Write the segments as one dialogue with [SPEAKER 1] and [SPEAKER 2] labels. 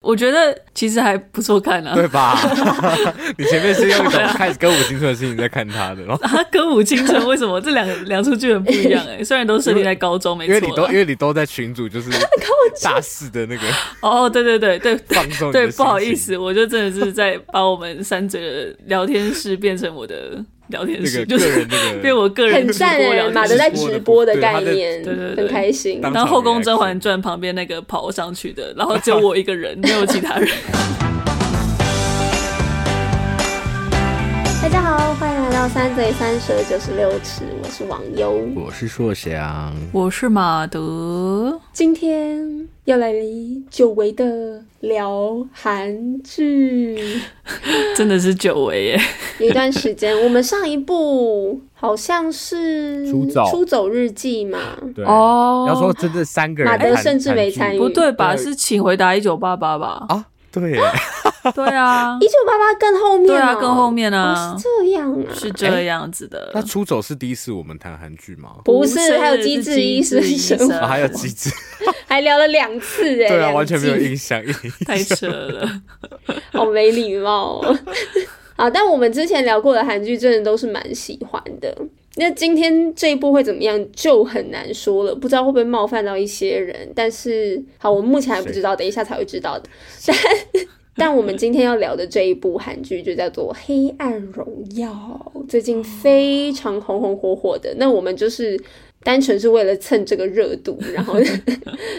[SPEAKER 1] 我觉得其实还不错看啊。
[SPEAKER 2] 对 吧？你前面是用一种
[SPEAKER 3] 啊
[SPEAKER 2] 看歌舞青春的心情在看他的，然后
[SPEAKER 1] 啊，歌舞青春为什么这两 两出剧很不一样、 欸？哎，虽然都是设定在高中，没
[SPEAKER 2] 因为你
[SPEAKER 1] 错
[SPEAKER 2] 都因
[SPEAKER 1] 啦。
[SPEAKER 2] 为你都在群组 就是大肆的那个
[SPEAKER 1] 哦，对对对对。
[SPEAKER 2] 放松你的
[SPEAKER 1] 对，
[SPEAKER 2] 心情，
[SPEAKER 1] 不好意思，我就真的是在把我们三嘴的聊天室变成我的聊天
[SPEAKER 2] 那
[SPEAKER 1] 室，
[SPEAKER 2] 个
[SPEAKER 1] 就
[SPEAKER 2] 个
[SPEAKER 1] 是
[SPEAKER 2] 人那 个
[SPEAKER 1] 变我个人
[SPEAKER 3] 很
[SPEAKER 1] 直播
[SPEAKER 3] 赞哎，
[SPEAKER 1] 聊
[SPEAKER 3] 马
[SPEAKER 1] 天
[SPEAKER 3] 德
[SPEAKER 1] 室。
[SPEAKER 3] 在直播的概念，
[SPEAKER 1] 对对对
[SPEAKER 3] 很开心。
[SPEAKER 2] 当
[SPEAKER 1] 然后《后宫甄嬛
[SPEAKER 2] reaction
[SPEAKER 1] 传》旁边那个跑上去的，然后只有我一个人，没有其 他人。
[SPEAKER 3] 大家好，欢迎来到三嘴三舌九十六尺，我是网友。
[SPEAKER 4] 我是硕翔，
[SPEAKER 1] 我是马德，
[SPEAKER 3] 今天要来久违的聊韩剧，
[SPEAKER 1] 真的是久违耶！
[SPEAKER 3] 有一段时间，我们上一部好像是
[SPEAKER 2] 出走
[SPEAKER 3] 出走日记》嘛，
[SPEAKER 2] 对。要
[SPEAKER 1] 哦
[SPEAKER 2] 说真的三个人
[SPEAKER 3] 马
[SPEAKER 2] 看，
[SPEAKER 3] 德甚至没参
[SPEAKER 2] 看
[SPEAKER 3] 与
[SPEAKER 1] 不对吧？
[SPEAKER 2] 对
[SPEAKER 1] 是请回答一九八八 吧？
[SPEAKER 2] 剧啊，对，
[SPEAKER 1] 对啊
[SPEAKER 3] 一，九八八更后面、
[SPEAKER 1] 对啊，更后、面啊
[SPEAKER 3] 哦、，是这样哎啊，
[SPEAKER 1] 是这样子的。
[SPEAKER 2] 那出走是第一次我们谈韩剧 吗？
[SPEAKER 3] 不
[SPEAKER 1] 不是
[SPEAKER 3] 是？还有机智医生
[SPEAKER 1] 是机智医生
[SPEAKER 3] 生活
[SPEAKER 2] 啊，还有机智，
[SPEAKER 3] 还聊了两次哎、
[SPEAKER 2] 对啊，
[SPEAKER 3] 两
[SPEAKER 2] 完全没有
[SPEAKER 3] 季
[SPEAKER 2] 印象。
[SPEAKER 1] 太扯 了，
[SPEAKER 3] 好没礼貌、哦。啊，但我们之前聊过的韩剧真的都是蛮喜欢的。那今天这一部会怎么样就很难说了，不知道会不会冒犯到一些人。但是好，我目前还不知道，等一下才会知道的。但但我们今天要聊的这一部韩剧就叫做《黑暗荣耀》，最近非常红红火火的。那我们就是单纯是为了蹭这个热度，然后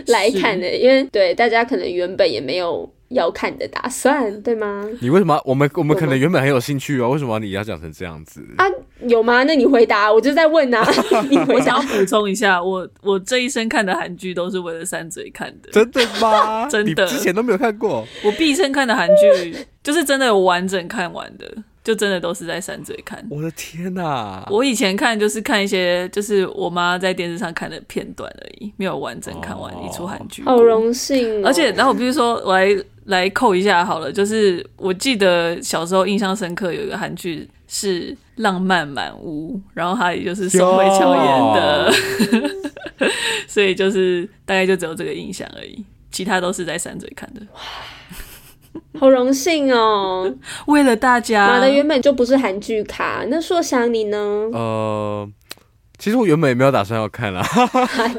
[SPEAKER 3] 来看的，因为对大家可能原本也没有要看的打算，对吗？
[SPEAKER 2] 你为什么？我们我们可能原本很有兴趣哦，为什么你要讲成这样子？
[SPEAKER 3] 啊，有吗？那你回答，我就在问 啊，你回
[SPEAKER 1] 我想
[SPEAKER 3] 答
[SPEAKER 1] 要。补充一下，我我这一生看的韩剧都是为了三嘴看的，
[SPEAKER 2] 真的 吗？
[SPEAKER 1] 真的
[SPEAKER 2] 你之前都没有看过。
[SPEAKER 1] 我毕生看的韩剧就是真的有完整看完的，就真的都是在三嘴看。
[SPEAKER 2] 我的天哪、
[SPEAKER 1] 我以前看就是看一些就是我妈在电视上看的片段而已，没有完整看完一出韩剧。
[SPEAKER 3] 好荣幸哦、
[SPEAKER 1] 而且，然后我必须说，我来来扣一下好了，就是我记得小时候印象深刻有一个韩剧是《浪漫满屋》，然后它也就是宋慧乔演的， 所以就是大概就只有这个印象而已，其他都是在三嘴看的。
[SPEAKER 3] 好荣幸哦、
[SPEAKER 1] 为了大
[SPEAKER 3] 马
[SPEAKER 1] 家
[SPEAKER 2] 啊
[SPEAKER 3] 德，原本就不是韩剧咖，那硕翔你 呢？
[SPEAKER 2] 呃，其实我原本也没有打算要看啦，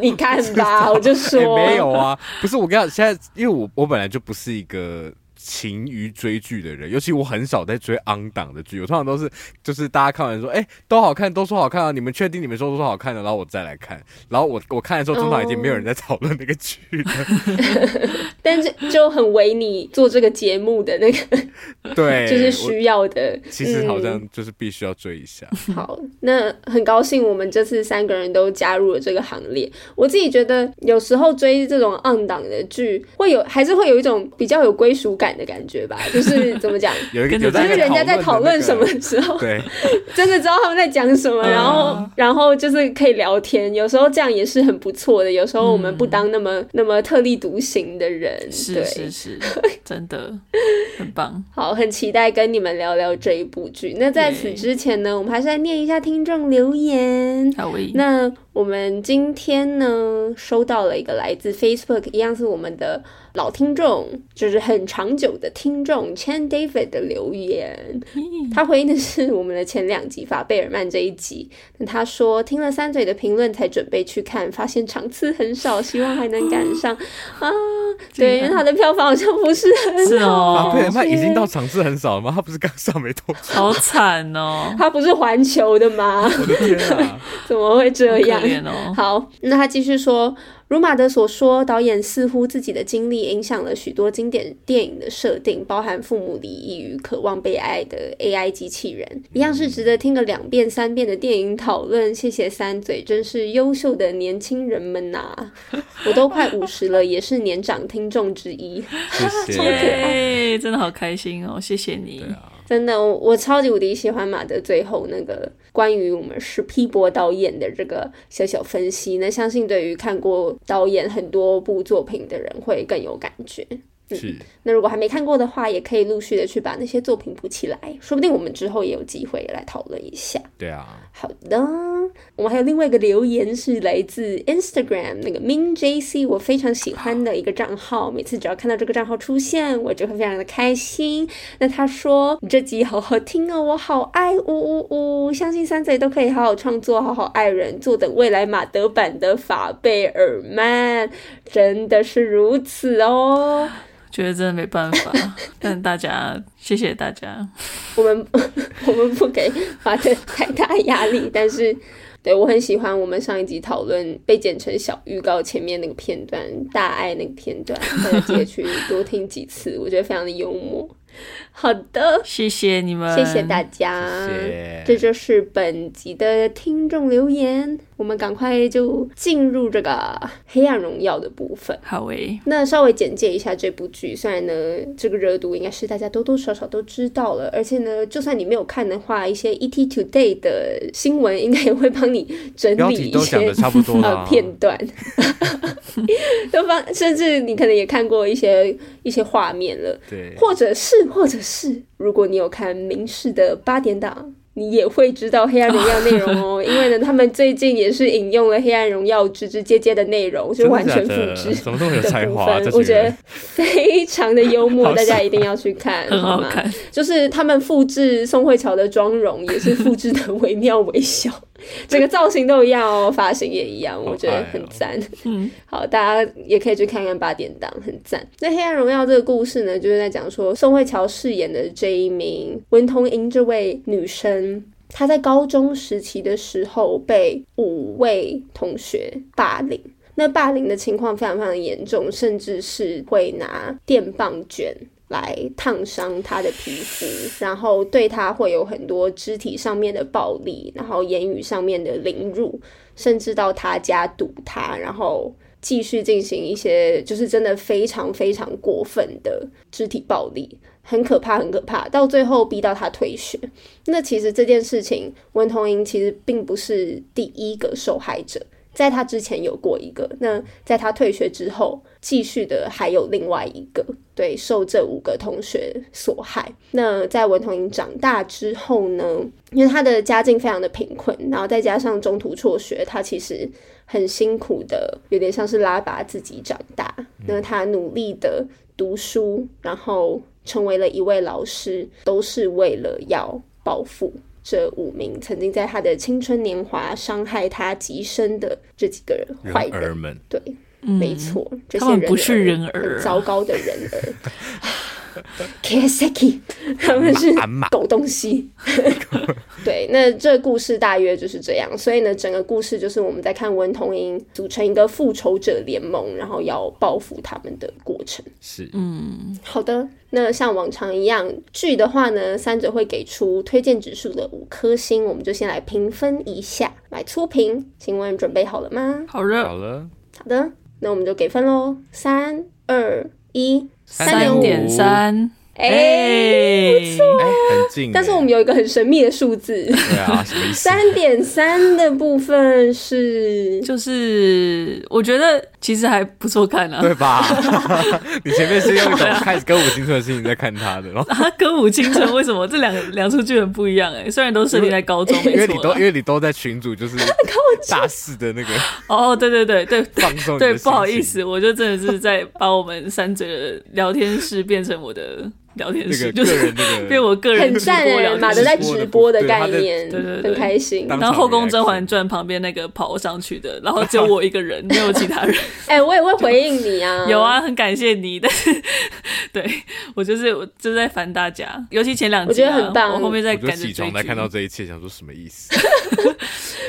[SPEAKER 3] 你看 吧，我就说、
[SPEAKER 2] 也没有啊。不是我跟你讲，现在因为我我本来就不是一个。勤于追剧的人，尤其我很少在追昂档的剧，我通常都是就是大家看完说，哎、都好看，都说好看啊，你们确定你们说都说好看的，然后我再来看，然后我我看的时候，通常已经没有人在讨论那个剧了。
[SPEAKER 3] 但是就很为你做这个节目的那个，
[SPEAKER 2] 对，
[SPEAKER 3] 哦就是
[SPEAKER 2] 哎我
[SPEAKER 3] 需要的。
[SPEAKER 2] 其实好
[SPEAKER 3] 嗯
[SPEAKER 2] 像就是必须要追一下。
[SPEAKER 3] 好，那很高兴我们这次三个人都加入了这个行列。我自己觉得有时候追这种 on 档的剧，会有还是会有一种比较有归属感的感觉吧，就是怎么讲，
[SPEAKER 2] 有一个
[SPEAKER 1] 跟着
[SPEAKER 2] 有
[SPEAKER 3] 就
[SPEAKER 2] 在
[SPEAKER 3] 是人家在讨论什么
[SPEAKER 2] 的
[SPEAKER 3] 的时候
[SPEAKER 2] 那个，，对，
[SPEAKER 3] 真的知道他们在讲什么，
[SPEAKER 1] 嗯
[SPEAKER 3] 然后然后就是可以聊天，有时候这样也是很不错的。有时候我们不当那么那么特立独行的人，
[SPEAKER 1] 是
[SPEAKER 3] 对。
[SPEAKER 1] 是是，真的很棒。
[SPEAKER 3] 好，很期待跟你们聊聊这一部剧。那在此
[SPEAKER 1] 耶
[SPEAKER 3] 之前呢，我们还是来念一下听众留言。
[SPEAKER 1] 还有唯一，
[SPEAKER 3] 那我们今天呢，收到了一个来自 Facebook，一样是我们的老听众，就是很长久的听众 Chan David 的留言。他回应的是我们的前两集法贝尔曼这一集。那他说听了三嘴的评论才准备去看，发现场次很少，希望还能赶上啊。对，因为他的票房好像不是
[SPEAKER 1] 是
[SPEAKER 3] 很好，
[SPEAKER 1] 哦
[SPEAKER 2] 啊，贝尔曼已经到场次很少了吗？他不是刚上没多久？
[SPEAKER 1] 好惨哦，
[SPEAKER 3] 他不是环球的吗？
[SPEAKER 2] 我的天啊！
[SPEAKER 3] 怎么会
[SPEAKER 1] 好
[SPEAKER 3] 这
[SPEAKER 1] 可
[SPEAKER 3] 样？
[SPEAKER 1] 怜哦。
[SPEAKER 3] 好，那他继续说，如马德所说，导演似乎自己的经历影响了许多经典电影的设定，包含父母离异与渴望被爱的 AI 机器人，一样是值得听个两遍三遍的电影讨论。谢谢三嘴，真是优秀的年轻人们呐、我都快五十了，也是年长听众之一。
[SPEAKER 2] 谢
[SPEAKER 3] 超可爱
[SPEAKER 2] 谢。
[SPEAKER 1] 耶，真的好开心哦，谢谢你。
[SPEAKER 2] 啊
[SPEAKER 3] 真的，我我超级无敌喜欢马德最后那个关于我们史皮博导演的这个小小分析。那相信对于看过导演很多部作品的人会更有感觉。
[SPEAKER 2] 是，
[SPEAKER 3] 那如果还没看过的话，也可以陆续的去把那些作品补起来，说不定我们之后也有机会来讨论一下。
[SPEAKER 2] 对啊，
[SPEAKER 3] 好的，我们还有另外一个留言是来自 Instagram 那个 Min JC，我非常喜欢的一个账号，每次只要看到这个账号出现，我就会非常的开心。那他说你这集好好听哦，我好爱，呜呜呜！相信三贼都可以好好创作，好好爱人，坐等未来马德版的法贝尔曼，真的是如此哦。
[SPEAKER 1] 觉得真的没办法， 但大家谢谢大家，
[SPEAKER 3] 我们 我们不给法特太大压力，但是对我很喜欢我们上一集讨论被剪成小预告前面那个片段，大爱那个片段，大家记得去多听几次， 我觉得非常的幽默。好的，
[SPEAKER 1] 谢谢你们，
[SPEAKER 3] 谢谢大家，
[SPEAKER 2] 嗯谢谢
[SPEAKER 3] 啊这就是本集的听众留言，我们赶快就进入这个黑暗荣耀的部分。
[SPEAKER 1] 好诶，
[SPEAKER 3] 那稍微简介一下这部剧，虽然呢，这个热度应该是大家多多少少都知道了，而且呢，就算你没有看的话，一些 ET Today 的新闻应该也会帮你整
[SPEAKER 2] 标
[SPEAKER 3] 理
[SPEAKER 2] 题
[SPEAKER 3] 一
[SPEAKER 2] 都讲
[SPEAKER 3] 些
[SPEAKER 2] 的差不多了、
[SPEAKER 3] 呃片段，都帮，甚至你可能也看过一些一些画面了，
[SPEAKER 2] 对，
[SPEAKER 3] 或者是，或者是，如果你有看明视的八点档。你也会知道《黑暗荣耀》内容哦，因为呢，他们最近也是引用了《黑暗荣耀》直直接接的内容，就完全
[SPEAKER 2] 真
[SPEAKER 3] 复
[SPEAKER 2] 的假
[SPEAKER 3] 制
[SPEAKER 2] 的，。怎么那么有
[SPEAKER 3] 的
[SPEAKER 2] 才
[SPEAKER 3] 部
[SPEAKER 2] 华、啊？
[SPEAKER 3] 分
[SPEAKER 2] 这
[SPEAKER 3] 我
[SPEAKER 2] 群
[SPEAKER 3] 觉得
[SPEAKER 2] 人
[SPEAKER 3] 非常的幽默，
[SPEAKER 2] 好
[SPEAKER 3] 大家
[SPEAKER 2] 笑
[SPEAKER 3] 一定要去看，
[SPEAKER 1] 很好
[SPEAKER 3] 吗？
[SPEAKER 1] 看，
[SPEAKER 3] 就是他们复制宋慧乔的妆容，也是复制的惟妙惟肖，整个造型都一样哦，发型也一样，我觉得很赞。
[SPEAKER 1] 嗯，
[SPEAKER 3] 好，大家也可以去看看八点档，很赞。那《黑暗荣耀》这个故事呢，就是在讲说宋慧乔饰演的这一名文童英这位女生。她在高中时期的时候被五位同学霸凌，那霸凌的情况非常非常严重，甚至是会拿电棒卷来烫伤她的皮肤，然后对她会有很多肢体上面的暴力，然后言语上面的凌辱，甚至到她家堵她，然后继续进行一些就是真的非常非常过分的肢体暴力，很可怕，很可怕，到最后逼到她退学。那其实这件事情，文童莹其实并不是第一个受害者，在她之前有过一个，那在她退学之后，继续的还有另外一个，对，受这五个同学所害。那在文童莹长大之后呢，因为她的家境非常的贫困，然后再加上中途辍学，她其实很辛苦的，有点像是拉拔自己长大。
[SPEAKER 1] 嗯
[SPEAKER 3] 那她努力的读书，然后成为了一位老师，都是为了要报复这五名曾经在她的青春年华伤害她极深的这几个人坏
[SPEAKER 2] 人
[SPEAKER 3] 人。
[SPEAKER 2] 儿们，
[SPEAKER 3] 对，
[SPEAKER 1] 嗯
[SPEAKER 3] 没，错，这些
[SPEAKER 1] 他们
[SPEAKER 3] 人
[SPEAKER 1] 不是人
[SPEAKER 3] 儿
[SPEAKER 1] 儿啊
[SPEAKER 3] 很糟糕的人儿。Kasaki，他们是
[SPEAKER 2] 俺马
[SPEAKER 3] 狗东西。 对，那这故事大约就是这样。所以呢，整个故事就是我们在看文童英组成一个复仇者联盟，然后要报复他们的过程。
[SPEAKER 2] 是
[SPEAKER 3] 嗯好的，那像往常一样，剧的话呢，三者会给出推荐指数的五颗星，我们就先来评分一下，来初评。请问准备好了吗？
[SPEAKER 1] 好热，
[SPEAKER 2] 好了，
[SPEAKER 3] 好的，那我们就给分喽，三二一，
[SPEAKER 2] 点
[SPEAKER 1] 三
[SPEAKER 2] 五
[SPEAKER 1] 点三，
[SPEAKER 3] 哎，
[SPEAKER 1] 哎，
[SPEAKER 2] 哎、很近、
[SPEAKER 3] 但是我们有一个很神秘的数字，
[SPEAKER 2] 对啊，什么意思？
[SPEAKER 3] 三点三的部分 是
[SPEAKER 1] 就是我觉得其实还不错看啊，
[SPEAKER 2] 对 吧？你前面是用一种开始歌舞青春的心情在看他的，然 后
[SPEAKER 1] 啊，歌舞青春为什么这两个 两出剧很不一样、欸？哎，虽然都设定在高中，
[SPEAKER 2] 因
[SPEAKER 1] 没
[SPEAKER 2] 为你
[SPEAKER 1] 错
[SPEAKER 2] 都
[SPEAKER 1] 啦
[SPEAKER 2] 因。为你都在群组，就是大肆的那个
[SPEAKER 1] 哦，对对对 对
[SPEAKER 2] 放松你的
[SPEAKER 1] 对，
[SPEAKER 2] 心
[SPEAKER 1] 不好意
[SPEAKER 2] 情
[SPEAKER 1] 思，我就真的是在把我们三嘴的聊天室变成我的聊天
[SPEAKER 2] 那
[SPEAKER 1] 室，
[SPEAKER 2] 个
[SPEAKER 1] 就
[SPEAKER 2] 个
[SPEAKER 1] 是
[SPEAKER 2] 人 那
[SPEAKER 1] 变
[SPEAKER 2] 个
[SPEAKER 1] 我个人
[SPEAKER 3] 很
[SPEAKER 1] 直播
[SPEAKER 3] 赞哎，
[SPEAKER 1] 聊
[SPEAKER 3] 马
[SPEAKER 1] 天
[SPEAKER 3] 德
[SPEAKER 1] 室。
[SPEAKER 3] 在直播的
[SPEAKER 2] 对他
[SPEAKER 3] 概
[SPEAKER 2] 在
[SPEAKER 3] 念，
[SPEAKER 1] 对对对
[SPEAKER 3] 很开心。
[SPEAKER 2] 当
[SPEAKER 1] 然后后宫甄
[SPEAKER 2] reaction
[SPEAKER 1] 嬛传旁边那个跑上去的，然后只有我一个人，没有其他 人。
[SPEAKER 3] 哎、我也会回应你啊，
[SPEAKER 1] 有，啊，很感谢你，但是对我就是我就是在烦大家，尤其前两
[SPEAKER 3] 我
[SPEAKER 1] 集、
[SPEAKER 3] 觉
[SPEAKER 1] 啊，
[SPEAKER 3] 得很棒
[SPEAKER 1] 我后面在
[SPEAKER 2] 我就
[SPEAKER 1] 赶着
[SPEAKER 2] 起
[SPEAKER 1] 追
[SPEAKER 2] 床才
[SPEAKER 1] 剧
[SPEAKER 2] 看到这一切，想说什么意 思？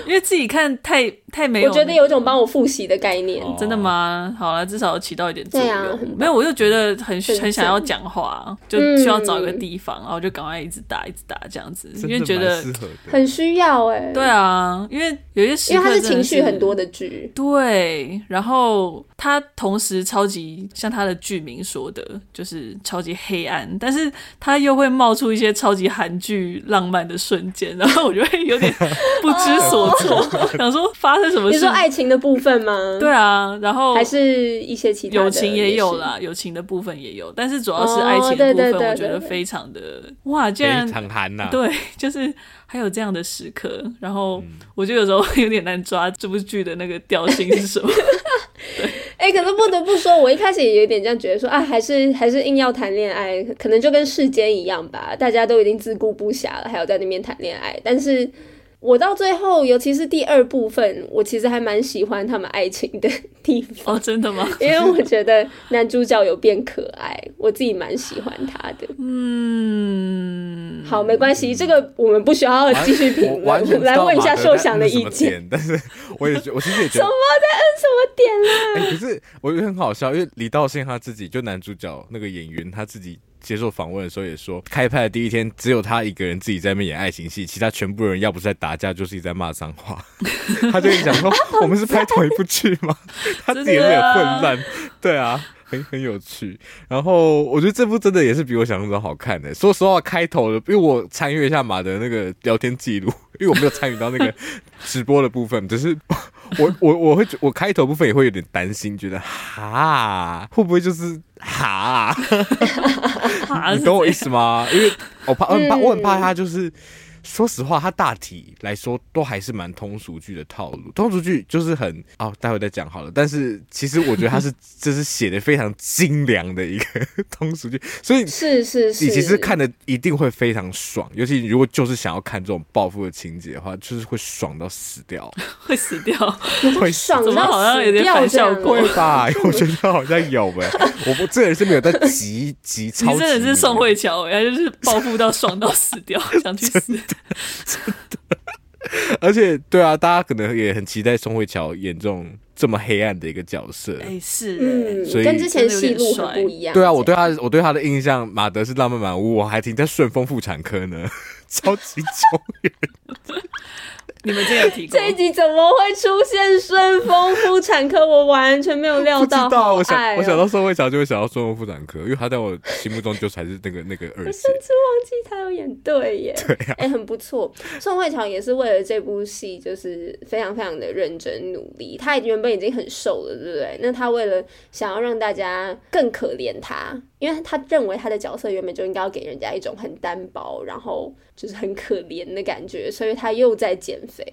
[SPEAKER 1] 因为自己看太太没有
[SPEAKER 3] 我
[SPEAKER 1] 那个，
[SPEAKER 3] 觉得有一种帮我复习的概念。
[SPEAKER 2] 哦
[SPEAKER 1] 真的吗？好了，至少起到一点作用。
[SPEAKER 3] 对啊很棒
[SPEAKER 1] 没有，我就觉得很
[SPEAKER 3] 很
[SPEAKER 1] 很想要
[SPEAKER 3] 正
[SPEAKER 1] 讲话，就
[SPEAKER 3] 嗯
[SPEAKER 1] 需要找一个地方，然后就赶快一直打，一直打这样子，因
[SPEAKER 2] 真
[SPEAKER 1] 为觉
[SPEAKER 2] 的蛮
[SPEAKER 1] 得
[SPEAKER 2] 适合的。
[SPEAKER 3] 很需要哎、
[SPEAKER 1] 对啊，因为有些时
[SPEAKER 3] 因
[SPEAKER 1] 刻
[SPEAKER 3] 为它是
[SPEAKER 1] 真的
[SPEAKER 3] 情绪很多
[SPEAKER 1] 的。
[SPEAKER 3] 的剧，
[SPEAKER 1] 对，然后它同时超级像它的剧名说的，就是超级黑暗，但是它又会冒出一些超级韩剧浪漫的瞬间，然后我就会有 点不知所措，想说发生什么
[SPEAKER 3] 哦你
[SPEAKER 1] 事
[SPEAKER 3] 说？爱情的部分吗？
[SPEAKER 1] 对，啊，然后
[SPEAKER 3] 还是一些其他的
[SPEAKER 1] 友情也有
[SPEAKER 3] 是
[SPEAKER 1] 啦，友情的部分也有，但是主要是爱情
[SPEAKER 3] 哦
[SPEAKER 1] 的
[SPEAKER 3] 对
[SPEAKER 1] 部分，
[SPEAKER 3] 对对
[SPEAKER 1] 我觉得
[SPEAKER 3] 对对
[SPEAKER 1] 非常的哇，竟然
[SPEAKER 3] 啊
[SPEAKER 2] 非常憨呐、
[SPEAKER 1] 对， 就是还有这样的时刻，然
[SPEAKER 2] 嗯
[SPEAKER 1] 后我就有时候 有点难抓这部剧的那个调性是 什么。
[SPEAKER 3] 哎、可是不得不说，我一开始也有点这样觉得说，啊，还是还是硬要谈恋爱，可能就跟世间一样吧，大家都已经自顾不暇了，还要在那边谈恋爱。但是我到最后，尤其是第二部分，我其实还蛮喜欢他们爱情的地方，
[SPEAKER 1] 哦，真的吗？
[SPEAKER 3] 因为我觉得男主角有变可爱，我自己蛮喜欢他的。
[SPEAKER 1] 嗯，
[SPEAKER 3] 好，没关系，这个我们不需要
[SPEAKER 2] 完
[SPEAKER 3] 继续评
[SPEAKER 2] 我
[SPEAKER 3] 论。
[SPEAKER 2] 完全
[SPEAKER 3] 来问一下受想的意见，
[SPEAKER 2] 见，但是我也觉得，我其实也觉
[SPEAKER 3] 什
[SPEAKER 2] 得
[SPEAKER 3] 么，在摁什么点啦？
[SPEAKER 2] 哎、可是我觉得很好笑，因为李道宪他自己就男主角那个演员他自己接受访问的时候也说，开拍的第一天只有他一个人自己在那边演爱情戏，其他全部人要不是在打架，就是一直在骂脏话。 他就一直讲说，我们是拍同一部剧吗？ 他自己也有点混乱，对啊。很很有趣，然后我觉得这部真的也是比我想象中好看的。说实话，开头的，因为我参与一下马的那个聊天记录，因为我没有参与到那个直播的部分，只是我我我会觉我开头部分也会有点担心，觉得哈会不会就是哈，
[SPEAKER 1] 爬
[SPEAKER 2] 你懂我意思吗？因 为我怕我很怕我很怕
[SPEAKER 3] 嗯
[SPEAKER 2] 他就是。说实话，他大体来说都还是蛮通俗剧的套路。通俗剧就是很哦，待会再讲好了。但是其实我觉得他 是就是写的非常精良的一个 通俗剧，所以
[SPEAKER 3] 是是是，
[SPEAKER 2] 你其实看的一定会非常爽。尤其你如果就是想要看这种报复的情节的话，就是会爽到死掉，
[SPEAKER 1] 会死掉，
[SPEAKER 2] 会死
[SPEAKER 3] 爽
[SPEAKER 1] 怎么好
[SPEAKER 3] 到
[SPEAKER 1] 像有
[SPEAKER 3] 死
[SPEAKER 1] 点
[SPEAKER 3] 掉
[SPEAKER 1] 反
[SPEAKER 3] 这
[SPEAKER 1] 效
[SPEAKER 3] 样
[SPEAKER 1] 果
[SPEAKER 3] 啊
[SPEAKER 2] 会吧？我觉得好像有呗、我不，这个人是没有在急急
[SPEAKER 1] 你
[SPEAKER 2] 超级，
[SPEAKER 1] 真的是宋慧乔，人家就是报复到爽到死掉， 想去死。
[SPEAKER 2] 而且对啊，大家可能也很期待宋慧乔演这种这么黑暗的一个角色。
[SPEAKER 1] 哎，是
[SPEAKER 3] 嗯
[SPEAKER 1] 哎，
[SPEAKER 2] 所以
[SPEAKER 3] 跟之前戏路很不一样。
[SPEAKER 2] 对啊，我对他我对他的印象，马德是浪漫满屋，我还停在顺丰妇产科呢， 超级久远。
[SPEAKER 1] 你们这有提过
[SPEAKER 3] 这一集怎么会出现顺丰妇产科？我完全没有料
[SPEAKER 2] 不知
[SPEAKER 3] 到。
[SPEAKER 2] 道，我
[SPEAKER 3] 好
[SPEAKER 2] 想
[SPEAKER 3] 爱哦
[SPEAKER 2] 我想到宋慧乔就会想到顺丰妇产科，因为他在我心目中就才是那个那 个二
[SPEAKER 3] 我
[SPEAKER 2] 姐
[SPEAKER 3] 甚。至忘记他有演对 耶，哎、
[SPEAKER 2] 啊
[SPEAKER 3] 很不错。宋慧乔也是为了这部戏，就是非常非常的认真努力。她原本已经很瘦了，对不对？那她为了想要让大家更可怜她，因为她认为她的角色原本就应该要给人家一种很单薄，然后就是很可怜的感觉，所以她又在减肥，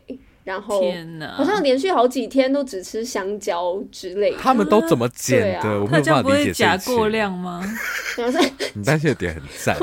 [SPEAKER 3] 然 后
[SPEAKER 1] 天哪
[SPEAKER 3] 好！像连续好几天都只吃香蕉之类的，
[SPEAKER 2] 他们都怎么剪
[SPEAKER 3] 对啊
[SPEAKER 2] 的？我没
[SPEAKER 1] 他
[SPEAKER 2] 有
[SPEAKER 1] 这样
[SPEAKER 2] 办
[SPEAKER 1] 不
[SPEAKER 2] 法理
[SPEAKER 1] 会
[SPEAKER 2] 解这一
[SPEAKER 1] 假
[SPEAKER 2] 切
[SPEAKER 1] 过量 吗？
[SPEAKER 3] 然后是
[SPEAKER 2] 你担心的点很赞，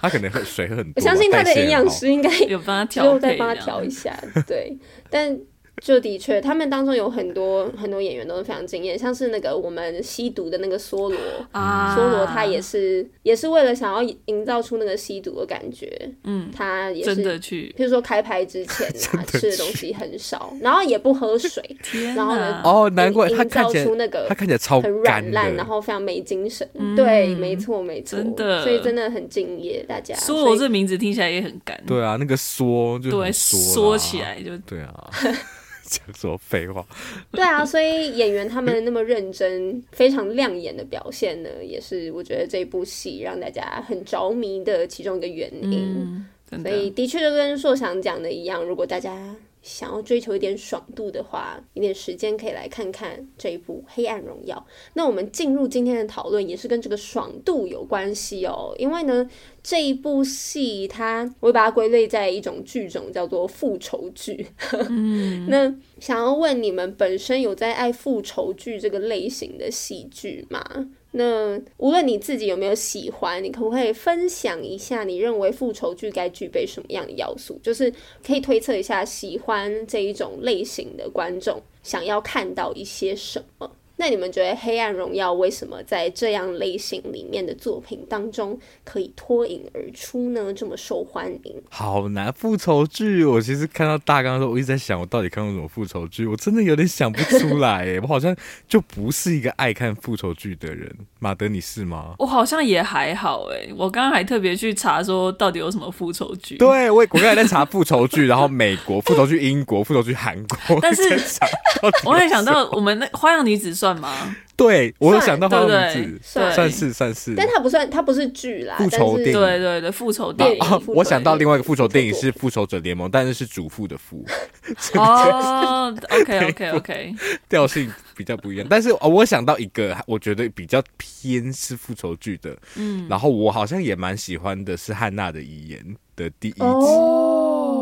[SPEAKER 2] 他可能喝水喝很多吧，
[SPEAKER 3] 我相信他的
[SPEAKER 2] 代谢
[SPEAKER 3] 营养
[SPEAKER 2] 很好
[SPEAKER 3] 师应该
[SPEAKER 1] 有帮他
[SPEAKER 3] 之
[SPEAKER 1] 调
[SPEAKER 3] 后
[SPEAKER 1] 配这
[SPEAKER 3] 再
[SPEAKER 1] 样，
[SPEAKER 3] 帮他调一下，对，但。就的确，他们当中有很多很多演员都是非常惊艳，像是那个我们吸毒的那个梭罗，
[SPEAKER 1] 啊。
[SPEAKER 3] 嗯梭罗他也是也是为了想要营造出那个吸毒的感觉，嗯，他也是
[SPEAKER 1] 真的 去，
[SPEAKER 3] 譬如说开拍之前啊，
[SPEAKER 2] 的
[SPEAKER 3] 吃的东西很少，然后也不喝水，
[SPEAKER 1] 天
[SPEAKER 3] 然后呢
[SPEAKER 1] 哪！
[SPEAKER 2] 哦，难怪他
[SPEAKER 3] 营
[SPEAKER 2] 看
[SPEAKER 3] 造
[SPEAKER 2] 起来
[SPEAKER 3] 出那个
[SPEAKER 2] 他看起来超
[SPEAKER 3] 很
[SPEAKER 2] 干
[SPEAKER 3] 软烂，
[SPEAKER 2] 哦的。
[SPEAKER 3] 然后非常没精神。对，
[SPEAKER 1] 嗯
[SPEAKER 3] 没错，没错，
[SPEAKER 1] 真的
[SPEAKER 3] 所以真的很敬业大家。
[SPEAKER 1] 梭罗
[SPEAKER 3] 所以
[SPEAKER 1] 这名字听起来也很干，
[SPEAKER 2] 对啊，那个缩就
[SPEAKER 1] 对，
[SPEAKER 2] 很缩
[SPEAKER 1] 缩
[SPEAKER 2] 啦
[SPEAKER 1] 起。来就
[SPEAKER 2] 对啊， 讲什么废话？
[SPEAKER 3] 对啊，所以演员他们那么认真、非常亮眼的表现呢，也是我觉得这部戏让大家很着迷的其中一个原因。
[SPEAKER 1] 嗯，真
[SPEAKER 3] 所以
[SPEAKER 1] 的
[SPEAKER 3] 的确就跟硕翔讲的一样，如果大家。想要追求一点爽度的话，有点时间可以来看看这一部《黑暗荣耀》。那我们进入今天的讨论，也是跟这个爽度有关系哦。因为呢，这一部戏它我会把它归类在一种剧种，叫做复仇剧。
[SPEAKER 1] 嗯
[SPEAKER 3] 那想要问你们，本身有在爱复仇剧这个类型的戏剧吗？那无论你自己有没有喜欢，你可不可以分享一下你认为复仇剧该具备什么样的要素？就是可以推测一下喜欢这一种类型的观众想要看到一些什么。那你们觉得《黑暗荣耀》为什么在这样类型里面的作品当中可以脱颖而出呢？这么受欢迎？
[SPEAKER 2] 好难复仇剧，我其实看到大纲的时候，我一直在想，我到底看过什么复仇剧？我真的有点想不出来耶，我 好像就不是一个爱看复仇剧的人。马德，你是吗？
[SPEAKER 1] 我好像也还好哎、我刚刚还特别去查说到底有什么复仇剧，，
[SPEAKER 2] 对，我也我刚才在查复仇剧，然后 美国复仇剧、英国复仇剧、韩国，
[SPEAKER 1] 但是
[SPEAKER 2] 我在想到底
[SPEAKER 1] 我也想到我们那《花样女子算吗？
[SPEAKER 2] 对我有
[SPEAKER 3] 算
[SPEAKER 2] 想到他
[SPEAKER 1] 对不
[SPEAKER 2] 的
[SPEAKER 1] 对
[SPEAKER 2] 名？字，
[SPEAKER 3] 算
[SPEAKER 2] 算
[SPEAKER 1] 对
[SPEAKER 2] 是算是。
[SPEAKER 3] 但它不算，它不是剧啦，
[SPEAKER 2] 复仇
[SPEAKER 3] 但
[SPEAKER 2] 电
[SPEAKER 3] 是
[SPEAKER 2] 影
[SPEAKER 1] 对对对，复仇
[SPEAKER 3] 电
[SPEAKER 1] 电
[SPEAKER 3] 影
[SPEAKER 1] 影
[SPEAKER 2] 哦，我想到另外一个复仇电影
[SPEAKER 3] 复仇
[SPEAKER 2] 是《复仇者联盟》，但是是主妇的妇，
[SPEAKER 1] 哦，OK OK OK，
[SPEAKER 2] 调性比较不一样。但是、哦、我想到一个，我觉得比较偏是复仇剧的，嗯，然后我好像也蛮喜欢的是汉娜的遗言的第一集，
[SPEAKER 3] 哦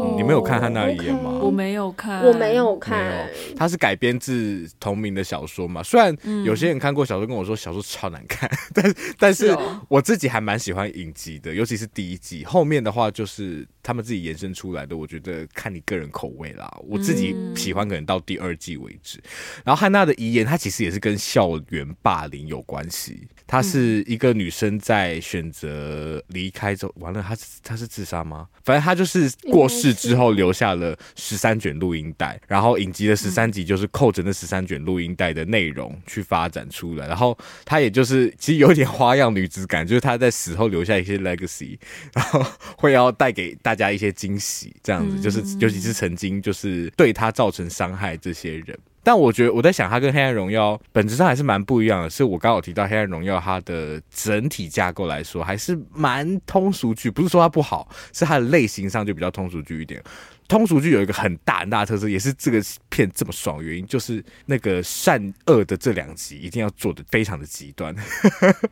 [SPEAKER 2] 嗯，你们有看汉娜的遗言吗
[SPEAKER 3] OK
[SPEAKER 1] 我没有看，
[SPEAKER 3] 我没有
[SPEAKER 2] 没
[SPEAKER 3] 看，
[SPEAKER 2] 有，它是改编自同名的小说嘛。虽然有些人看过小说跟我说小说超难看， 但但
[SPEAKER 1] 嗯是
[SPEAKER 2] 是
[SPEAKER 1] 哦
[SPEAKER 2] 我自己还蛮喜欢影集的，尤其是第一季。后面的话就是他们自己延伸出来的，我觉得看你个人口味啦。我自己
[SPEAKER 1] 嗯
[SPEAKER 2] 喜欢可能到第二季为止。然后汉娜的遗言，它其实也是跟校园霸凌有关系。它是一个女生在选择离开之后，完了，她是她是自杀吗？反正她就是过世之后留下了十三卷录音带，然后影集的十三集就是扣着那十三卷录音带的内容去发展出来，然后她也就是其实有点花样女子感，就是她在死后留下一些 legacy，然后会要带给大家一些惊喜，这样子就是尤其是曾经就是对她造成伤害这些人。但我觉得我在想，它跟《黑暗荣耀》本质上还是蛮不一样的。是我刚好提到《黑暗荣耀》它的整体架构来说，还是蛮通俗剧，不是说它不好，是它的类型上就比较通俗剧一点。通俗剧有一个很大很大的特色，也是这个片这么爽的原因，就是那个善恶的这两集一定要做的非常的极端。
[SPEAKER 1] 嗯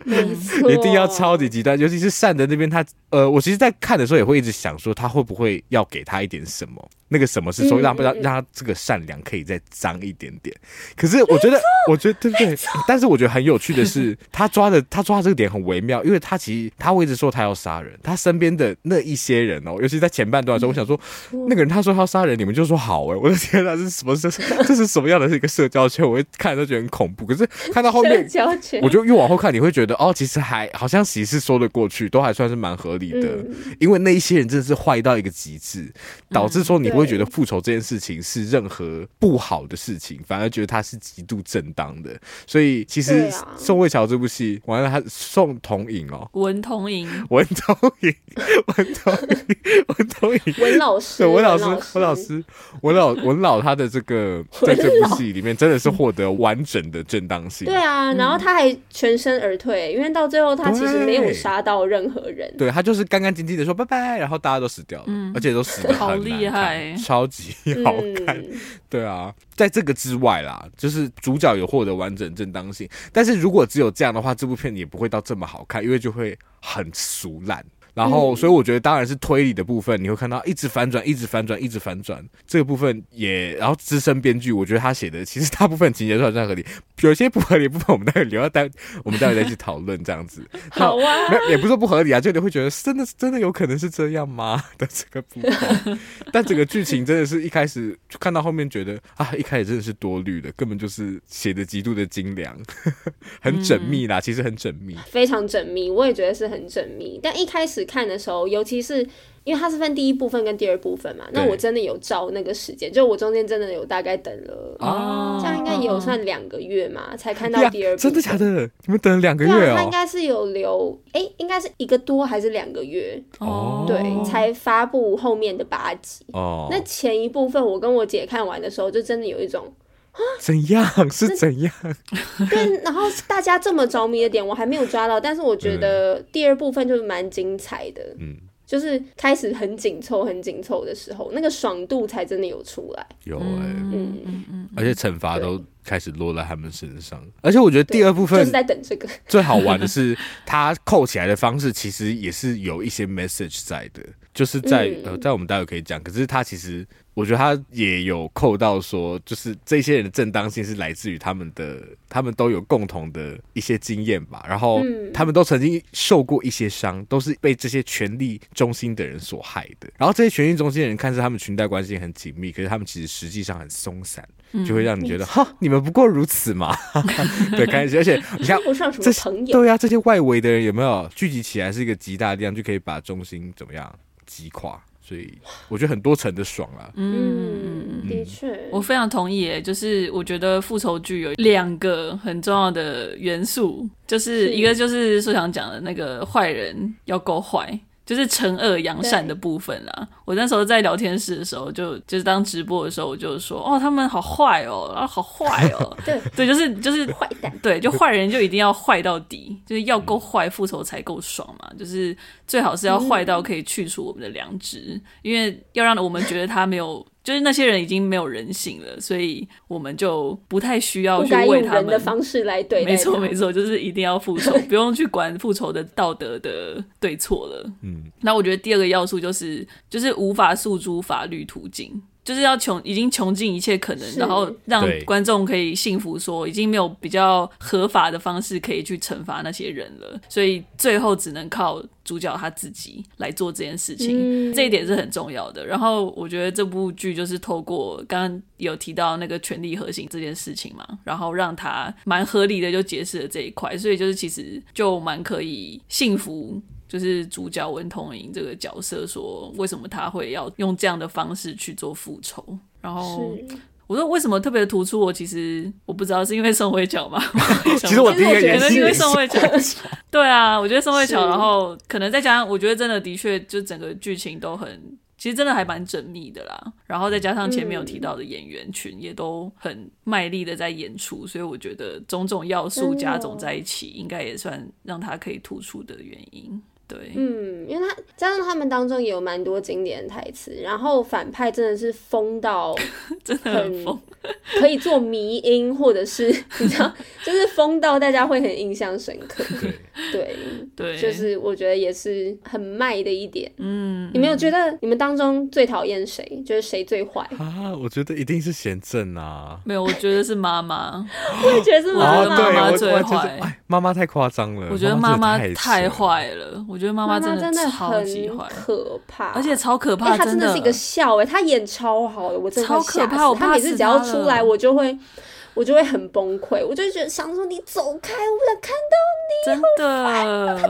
[SPEAKER 3] 没 错，
[SPEAKER 2] 一定要超级极端，尤其是善的那边，他呃，我其实，在看的时候也会一直想说，他会不会要给他一点什么？那个什么是说
[SPEAKER 3] 嗯
[SPEAKER 2] 让不让
[SPEAKER 3] 嗯嗯
[SPEAKER 2] 让他这个善良可以再脏一点点？可是我 觉得，我觉得对不对？但是我觉得很有趣的是，他抓的他抓这个点很微妙，因为他其实他会一直说他要杀人，他身边的那一些人哦，尤其在前半段的时
[SPEAKER 3] 嗯
[SPEAKER 2] 候，我想说，那个人他说他要杀人，你们就说好哎、我的天哪，这是什么？这是这是什么样的一个社交圈？我会看都觉得很恐怖。可是看到后
[SPEAKER 3] 社
[SPEAKER 2] 面，
[SPEAKER 3] 交圈
[SPEAKER 2] 我。就越往后看，你会觉得哦，其实还好像其实说得过去，都还算是蛮合理的。
[SPEAKER 3] 嗯
[SPEAKER 2] 因为那一些人真的是坏到一个极致，导致说你会觉得复仇这件事情是任何不好的事情，反而觉得它是极度正当的。所以其实
[SPEAKER 3] 对啊
[SPEAKER 2] 宋慧乔这部戏，完了他宋童颖哦，
[SPEAKER 1] 文童莹，
[SPEAKER 2] 文童 颖，文童颖，文童颖。
[SPEAKER 3] 文老师，
[SPEAKER 2] 对，文老师
[SPEAKER 3] 师，，
[SPEAKER 2] 文老，师，文老文老他的这个在这部戏里面真的是获得完整的正当性。
[SPEAKER 3] 对啊，然后他还全身而退，因为到最后他其实没有
[SPEAKER 2] 对
[SPEAKER 3] 杀到任何人，
[SPEAKER 2] 对他就是干干净净的说拜拜，然后大家都死掉了，而且都死的
[SPEAKER 1] 嗯好厉害
[SPEAKER 2] 超级
[SPEAKER 3] 嗯，
[SPEAKER 2] 好看。 对啊，在这个之外啦，就是主角有获得完整正当性，但是如果只有这样的话，这部片也不会到这么好看，因为就会很俗烂。然
[SPEAKER 3] 嗯
[SPEAKER 2] 后，所以我觉得当然是推理的部分，你会看到一直反转，一直反转，一直反转这个部分也，然后资深编剧，我觉得他写的其实大部分情节算算合理，有些不合理的部分我们待会留到待，我们待会再去讨论这样子。那
[SPEAKER 3] 好啊
[SPEAKER 2] 没有，也不是说不合理啊，就你会觉得真的真的有可能是这样吗 的这个部分。 但整个剧情真的是一开始就看到后面觉得啊，一开始真的是多虑了，根本就是写的极度的精良， 很缜密啦，其实很缜密。
[SPEAKER 3] 非常缜密，我也觉得是很缜密。但一开始看的时候，尤其是因为它是分第一部分跟第二部分嘛，那
[SPEAKER 2] 对
[SPEAKER 3] 我真的有照那个时间，就我中间真的有大概等了，
[SPEAKER 2] 啊
[SPEAKER 1] 哦
[SPEAKER 3] 这样应该也有算两个月嘛，才看到第二部
[SPEAKER 2] 真
[SPEAKER 3] 分。
[SPEAKER 2] 的假？的？你们等了两个
[SPEAKER 3] 对
[SPEAKER 2] 月
[SPEAKER 3] 啊，他
[SPEAKER 2] 哦
[SPEAKER 3] 应、该是有留，哎、应该是一个多还是两个月，
[SPEAKER 2] 哦
[SPEAKER 3] 对，才发布后面的八集。
[SPEAKER 2] 哦，
[SPEAKER 3] 那前一部分我跟我姐看完的时候，就真的有一种
[SPEAKER 2] 怎样是怎样？
[SPEAKER 3] 对，然后大家这么着迷的点我还没有抓到，但是我觉得第二部分就是蛮精彩的，
[SPEAKER 2] 嗯，
[SPEAKER 3] 就是开始很紧凑、很紧凑的时候，那个爽度才真的有出来，
[SPEAKER 2] 有哎、
[SPEAKER 3] 嗯，
[SPEAKER 2] 而且惩罚都开始落在他们身上，而且我觉得第二部
[SPEAKER 3] 就
[SPEAKER 2] 分
[SPEAKER 3] 是在等这 个，
[SPEAKER 2] 最好玩的是，它扣起来的方式其实也是有一些 message 在的，就是在、
[SPEAKER 3] 嗯
[SPEAKER 2] 呃，在我们待会可以讲。可是它其实，我觉得它也有扣到说，就是这些人的正当性是来自于他们的，他们都有共同的一些经验吧，然后
[SPEAKER 3] 嗯
[SPEAKER 2] 他们都曾经受过一些伤，都是被这些权力中心的人所害的。然后这些权力中心的人看似他们裙带关系很紧密，可是他们其实实际上很松散，就会让你觉
[SPEAKER 3] 嗯
[SPEAKER 2] 得 哈，你们不过如此嘛。 对，开始，而且你看
[SPEAKER 3] 称不上什
[SPEAKER 2] 这
[SPEAKER 3] 么
[SPEAKER 2] 些
[SPEAKER 3] 朋友，
[SPEAKER 2] 对呀、啊，这些外围的人有没有聚集起来是一个极大的力量，就可以把中心怎么样击垮？所以我觉得很多层的爽啊，
[SPEAKER 3] 嗯，的确，
[SPEAKER 1] 我非常同意耶，就是我觉得复仇剧有两个很重要的元素，就是
[SPEAKER 3] 是
[SPEAKER 1] 一个就是素想讲的那个坏人要够坏，就是惩恶扬善的部分啦。我那时候在聊天室的时候就，就是当直播的时候，我就说哦，他们好坏哦，然后好坏哦，
[SPEAKER 3] 对
[SPEAKER 1] 对，就是就是
[SPEAKER 3] 坏蛋，
[SPEAKER 1] 对，就坏人就一定要坏到底，就是要够坏，复仇才够爽嘛。就是最好是要
[SPEAKER 3] 嗯
[SPEAKER 1] 坏到可以去除我们的良知，因为要让我们觉得他没有，就是那些人已经没有人性了，所以我们就不太需要
[SPEAKER 3] 不
[SPEAKER 1] 去
[SPEAKER 3] 该用
[SPEAKER 1] 为他
[SPEAKER 3] 人的
[SPEAKER 1] 们。
[SPEAKER 3] 方式来对待
[SPEAKER 1] 没错，
[SPEAKER 3] 他
[SPEAKER 1] 没错，就是一定要复 仇，不用去管复仇的道德的对错了。
[SPEAKER 2] 嗯，
[SPEAKER 1] 那我觉得第二个要素就是，就是无法诉诸法律途径，就是要穷，已经穷尽一切可能，
[SPEAKER 3] 是
[SPEAKER 1] 然后让
[SPEAKER 2] 对
[SPEAKER 1] 观众可以信服说，已经没有比较合法的方式可以去惩罚那些人了，所以最后只能靠主角他自己来做这件事情，
[SPEAKER 3] 嗯
[SPEAKER 1] 这一点是很重要的。然后我觉得这部剧就是透过刚刚有提到那个权力核心这件事情嘛，然后让他蛮合理的就解释了这一块，所以就是其实就蛮可以信服就是主角文童莹这个角色说，为什么他会要用这样的方式去做复仇？然后
[SPEAKER 3] 是
[SPEAKER 1] 我说为什么特别突出我？其实我不知道，是因为宋慧乔 吗？
[SPEAKER 2] 其实我第一个
[SPEAKER 3] 其实
[SPEAKER 2] 也
[SPEAKER 1] 可能
[SPEAKER 2] 是
[SPEAKER 1] 因为宋慧 乔，对啊，我觉得宋慧乔，
[SPEAKER 3] 是
[SPEAKER 1] 然后可能再加上，我觉得真的的确，就整个剧情都很，其实真的还蛮缜密的啦。然后再加上前面有提到的演员群也都很卖力的在演出，所以我觉得种种要素
[SPEAKER 3] 真的
[SPEAKER 1] 加总在一起，应该也算让他可以突出的原因。对，
[SPEAKER 3] 嗯，因为他加上他们当中也有蛮多经典的台词，然后反派真的是 疯到
[SPEAKER 1] 真的很疯。
[SPEAKER 3] 可以做迷音，或者是你知道，就是疯到大家会很印象深刻。
[SPEAKER 2] 对，
[SPEAKER 1] 对，
[SPEAKER 3] 对，就是我觉得也是很卖的一点。嗯，你们有觉得你们当中最讨厌谁？就是谁最坏？
[SPEAKER 2] 啊，我觉得一定是贤正啊。
[SPEAKER 1] 没有，我觉得是妈妈。
[SPEAKER 3] 我也觉得是妈
[SPEAKER 1] 觉得
[SPEAKER 2] 哦
[SPEAKER 3] 妈。
[SPEAKER 2] 对，
[SPEAKER 1] 妈
[SPEAKER 2] 我
[SPEAKER 1] 最
[SPEAKER 2] 我就是
[SPEAKER 1] 坏
[SPEAKER 2] 哎，妈妈太夸张了，
[SPEAKER 1] 我觉得
[SPEAKER 2] 呃妈
[SPEAKER 1] 妈妈
[SPEAKER 2] 真的
[SPEAKER 1] 太
[SPEAKER 2] 扯了，
[SPEAKER 1] 坏了，我觉得妈
[SPEAKER 3] 妈
[SPEAKER 1] 真
[SPEAKER 3] 真
[SPEAKER 1] 超级
[SPEAKER 3] 很
[SPEAKER 1] 坏，
[SPEAKER 3] 可怕，
[SPEAKER 1] 而且超可
[SPEAKER 3] 哎、
[SPEAKER 1] 怕，
[SPEAKER 3] 他真
[SPEAKER 1] 的
[SPEAKER 3] 的是一个笑哎、他演超好的，我真的
[SPEAKER 1] 超
[SPEAKER 3] 会
[SPEAKER 1] 可
[SPEAKER 3] 吓
[SPEAKER 1] 怕我
[SPEAKER 3] 死
[SPEAKER 1] 怕
[SPEAKER 3] 他每次
[SPEAKER 1] 死
[SPEAKER 3] 只要
[SPEAKER 1] 他
[SPEAKER 3] 出
[SPEAKER 1] 了
[SPEAKER 3] 来，我就会，我就会很崩溃，我就会觉得想说你走开，我不想看
[SPEAKER 1] 真的，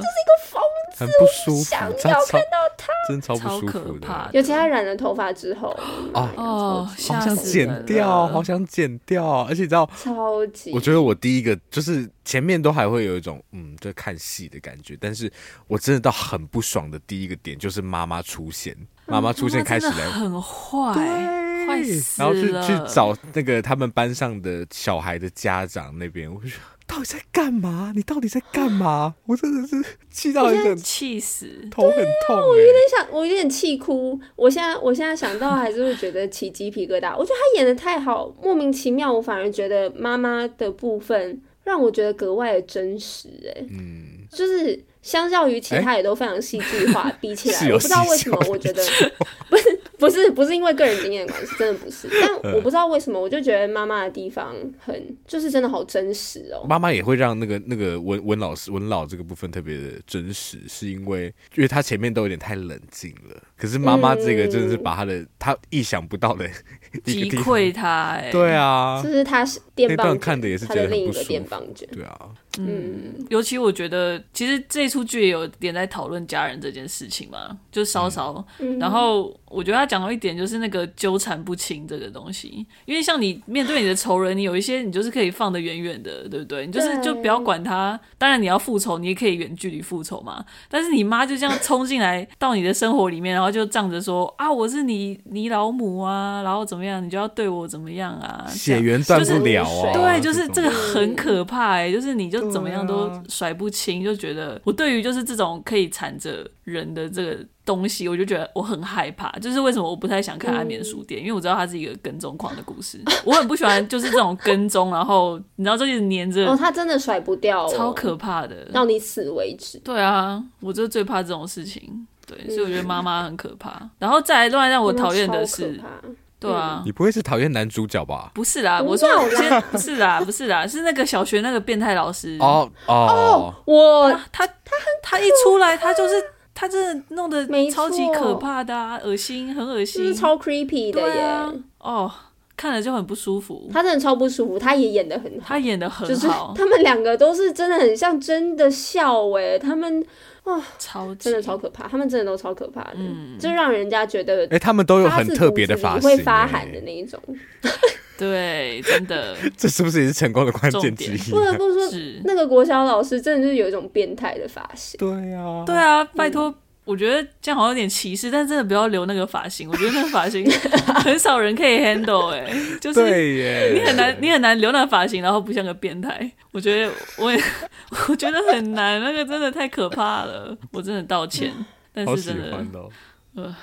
[SPEAKER 2] 很不舒服，
[SPEAKER 3] 想
[SPEAKER 2] 超
[SPEAKER 3] 要
[SPEAKER 2] 超
[SPEAKER 3] 看到他。
[SPEAKER 2] 真超不
[SPEAKER 1] 超
[SPEAKER 2] 舒
[SPEAKER 1] 可
[SPEAKER 2] 服
[SPEAKER 1] 怕
[SPEAKER 2] 的，
[SPEAKER 3] 尤其他染了头发之后，
[SPEAKER 2] 啊
[SPEAKER 1] 哦，
[SPEAKER 2] 好
[SPEAKER 1] 吓
[SPEAKER 2] 想
[SPEAKER 1] 死人
[SPEAKER 2] 剪掉，
[SPEAKER 1] 了
[SPEAKER 2] 好想剪掉，而且你知道。
[SPEAKER 3] 超级，
[SPEAKER 2] 我觉得我第一个就是前面都还会有一种嗯，在看戏的感觉，但是我真的到很不爽的第一个点就是妈妈出现，妈妈出现开
[SPEAKER 1] 嗯
[SPEAKER 2] 始
[SPEAKER 1] 妈妈真的
[SPEAKER 2] 来，
[SPEAKER 1] 很坏，坏死
[SPEAKER 2] 然后去
[SPEAKER 1] 了
[SPEAKER 2] 去找那个他们班上的小孩的家长那边，我就说到底在干嘛？你到底在干嘛？我真的是气到一个
[SPEAKER 1] 气死，
[SPEAKER 2] 头很痛、欸，
[SPEAKER 3] 我想我有点气哭。我现在我现在想到还是会觉得起鸡皮疙瘩。我觉得他演的太好，莫名其妙，我反而觉得妈妈的部分让我觉得格外的真实哎、
[SPEAKER 2] 嗯，哎
[SPEAKER 3] 就是相较于其他也都非常戏剧化，比起来，
[SPEAKER 2] 是有
[SPEAKER 3] 我不知道为什么，
[SPEAKER 2] 戏剧化
[SPEAKER 3] 我觉得 不是不是不是因为个人经验的关系，真的不是。但我不知道为什么，我就觉得妈妈的地方很，就是真的好真实哦。
[SPEAKER 2] 妈妈也会让那个那个文文老师文老这个部分特别的真实，是因为因为他前面都有点太冷静了，可是妈妈这个真的是把他的、他意想不到的一
[SPEAKER 1] 击
[SPEAKER 2] 个地方，
[SPEAKER 1] 溃他，哎，
[SPEAKER 2] 对啊
[SPEAKER 3] 就，是他是电
[SPEAKER 2] 那
[SPEAKER 3] 棒
[SPEAKER 2] 段
[SPEAKER 3] 卷，
[SPEAKER 2] 看的也是
[SPEAKER 3] 他
[SPEAKER 2] 觉得
[SPEAKER 3] 的
[SPEAKER 2] 很
[SPEAKER 3] 另一
[SPEAKER 2] 不
[SPEAKER 3] 个
[SPEAKER 2] 舒
[SPEAKER 3] 电
[SPEAKER 2] 服
[SPEAKER 3] 棒卷，
[SPEAKER 2] 对啊，
[SPEAKER 3] 嗯，
[SPEAKER 1] 尤其我觉得，其实这出剧也有点在讨论家人这件事情嘛，就稍稍。
[SPEAKER 3] 嗯
[SPEAKER 1] 然后我觉得他讲到一点，就是那个纠缠不清这个东西，因为像你面对你的仇人，你有一些你就是可以放得远远的，对不对？你就是
[SPEAKER 3] 对
[SPEAKER 1] 就不要管他。当然你要复仇，你也可以远距离复仇嘛。但是你妈就这样冲进来到你的生活里面，然后就仗着说啊，我是你你老母啊，然后怎么样，你就要对我怎么样啊，这
[SPEAKER 2] 血
[SPEAKER 1] 样
[SPEAKER 2] 缘断
[SPEAKER 1] 就
[SPEAKER 2] 不
[SPEAKER 1] 是
[SPEAKER 2] 了啊，
[SPEAKER 1] 对，就是
[SPEAKER 2] 种
[SPEAKER 1] 这个很可怕哎、就是你就怎么样
[SPEAKER 2] 对
[SPEAKER 1] 都
[SPEAKER 2] 啊
[SPEAKER 1] 甩不清，就觉得我对于就是这种可以缠着人的这个东西，我就觉得我很害怕。就是为什么我不太想看《安眠书
[SPEAKER 2] 嗯
[SPEAKER 1] 店》，因为我知道它是一个跟踪狂的故事， 我很不喜欢就是这种跟踪，然后你知道这就是黏
[SPEAKER 3] 哦，
[SPEAKER 1] 着，
[SPEAKER 3] 他真的甩不掉、哦，
[SPEAKER 1] 嗯超可怕的。
[SPEAKER 3] 到你死为止。
[SPEAKER 1] 对啊，我就最怕这种事情。对，
[SPEAKER 3] 嗯
[SPEAKER 1] 所以我觉得妈妈很可怕。然后再来，另外让我讨厌的
[SPEAKER 3] 真
[SPEAKER 1] 是
[SPEAKER 3] 超，可怕嗯
[SPEAKER 1] 对啊，
[SPEAKER 2] 你不会是讨厌男主角吧？
[SPEAKER 1] 不是啦，
[SPEAKER 3] 不
[SPEAKER 1] 我说
[SPEAKER 3] 要啦
[SPEAKER 1] 先不是啦，不是啦，是那个小学那个变态老师
[SPEAKER 2] 哦哦，
[SPEAKER 3] 我
[SPEAKER 1] 他他他一出来，他就是他真的弄得
[SPEAKER 3] 啊没
[SPEAKER 1] 超级
[SPEAKER 3] 错
[SPEAKER 1] 可怕的啊，恶心，很恶
[SPEAKER 3] 就是
[SPEAKER 1] 心，
[SPEAKER 3] 超 creepy 的
[SPEAKER 1] 对
[SPEAKER 3] 耶，
[SPEAKER 1] 啊，哦，看了就很不舒服。
[SPEAKER 3] 他真的超不舒服，他也演的很好。
[SPEAKER 1] 他演的
[SPEAKER 3] 就
[SPEAKER 1] 很
[SPEAKER 3] 是
[SPEAKER 1] 好，
[SPEAKER 3] 他们两个都是真的很像真的笑哎、他们
[SPEAKER 1] 超级
[SPEAKER 3] 真的超可怕，他们真的都超可怕的，
[SPEAKER 1] 嗯
[SPEAKER 3] 就让人家觉得
[SPEAKER 2] 哎、他们都有
[SPEAKER 3] 发
[SPEAKER 2] 很
[SPEAKER 3] 自
[SPEAKER 2] 特
[SPEAKER 3] 骨
[SPEAKER 2] 别的
[SPEAKER 3] 子里
[SPEAKER 2] 发型、嗯
[SPEAKER 3] 会
[SPEAKER 2] 欸，
[SPEAKER 3] 发汗的那一种。
[SPEAKER 1] 对，真的
[SPEAKER 2] 这是不是也是成功的关
[SPEAKER 1] 重
[SPEAKER 2] 键之
[SPEAKER 1] 点
[SPEAKER 2] 一
[SPEAKER 3] 不
[SPEAKER 2] 啊？
[SPEAKER 3] 得不说，
[SPEAKER 1] 是，
[SPEAKER 3] 那个国小老师真的就是有一种变态的发型，
[SPEAKER 2] 对啊，
[SPEAKER 3] 嗯
[SPEAKER 1] 对啊，拜托。我觉得这样好像有点歧视，但真的不要留那个发型。我觉得那个发型 很少人可以 handle，哎、就是
[SPEAKER 2] 对耶，
[SPEAKER 1] 你很难，你很难留那个发型，然后不像个变态。我觉得我也，我觉得很难，那个真的太可怕了。我真的道歉，但
[SPEAKER 2] 好
[SPEAKER 1] 是
[SPEAKER 2] 喜
[SPEAKER 1] 真的
[SPEAKER 2] 欢哦。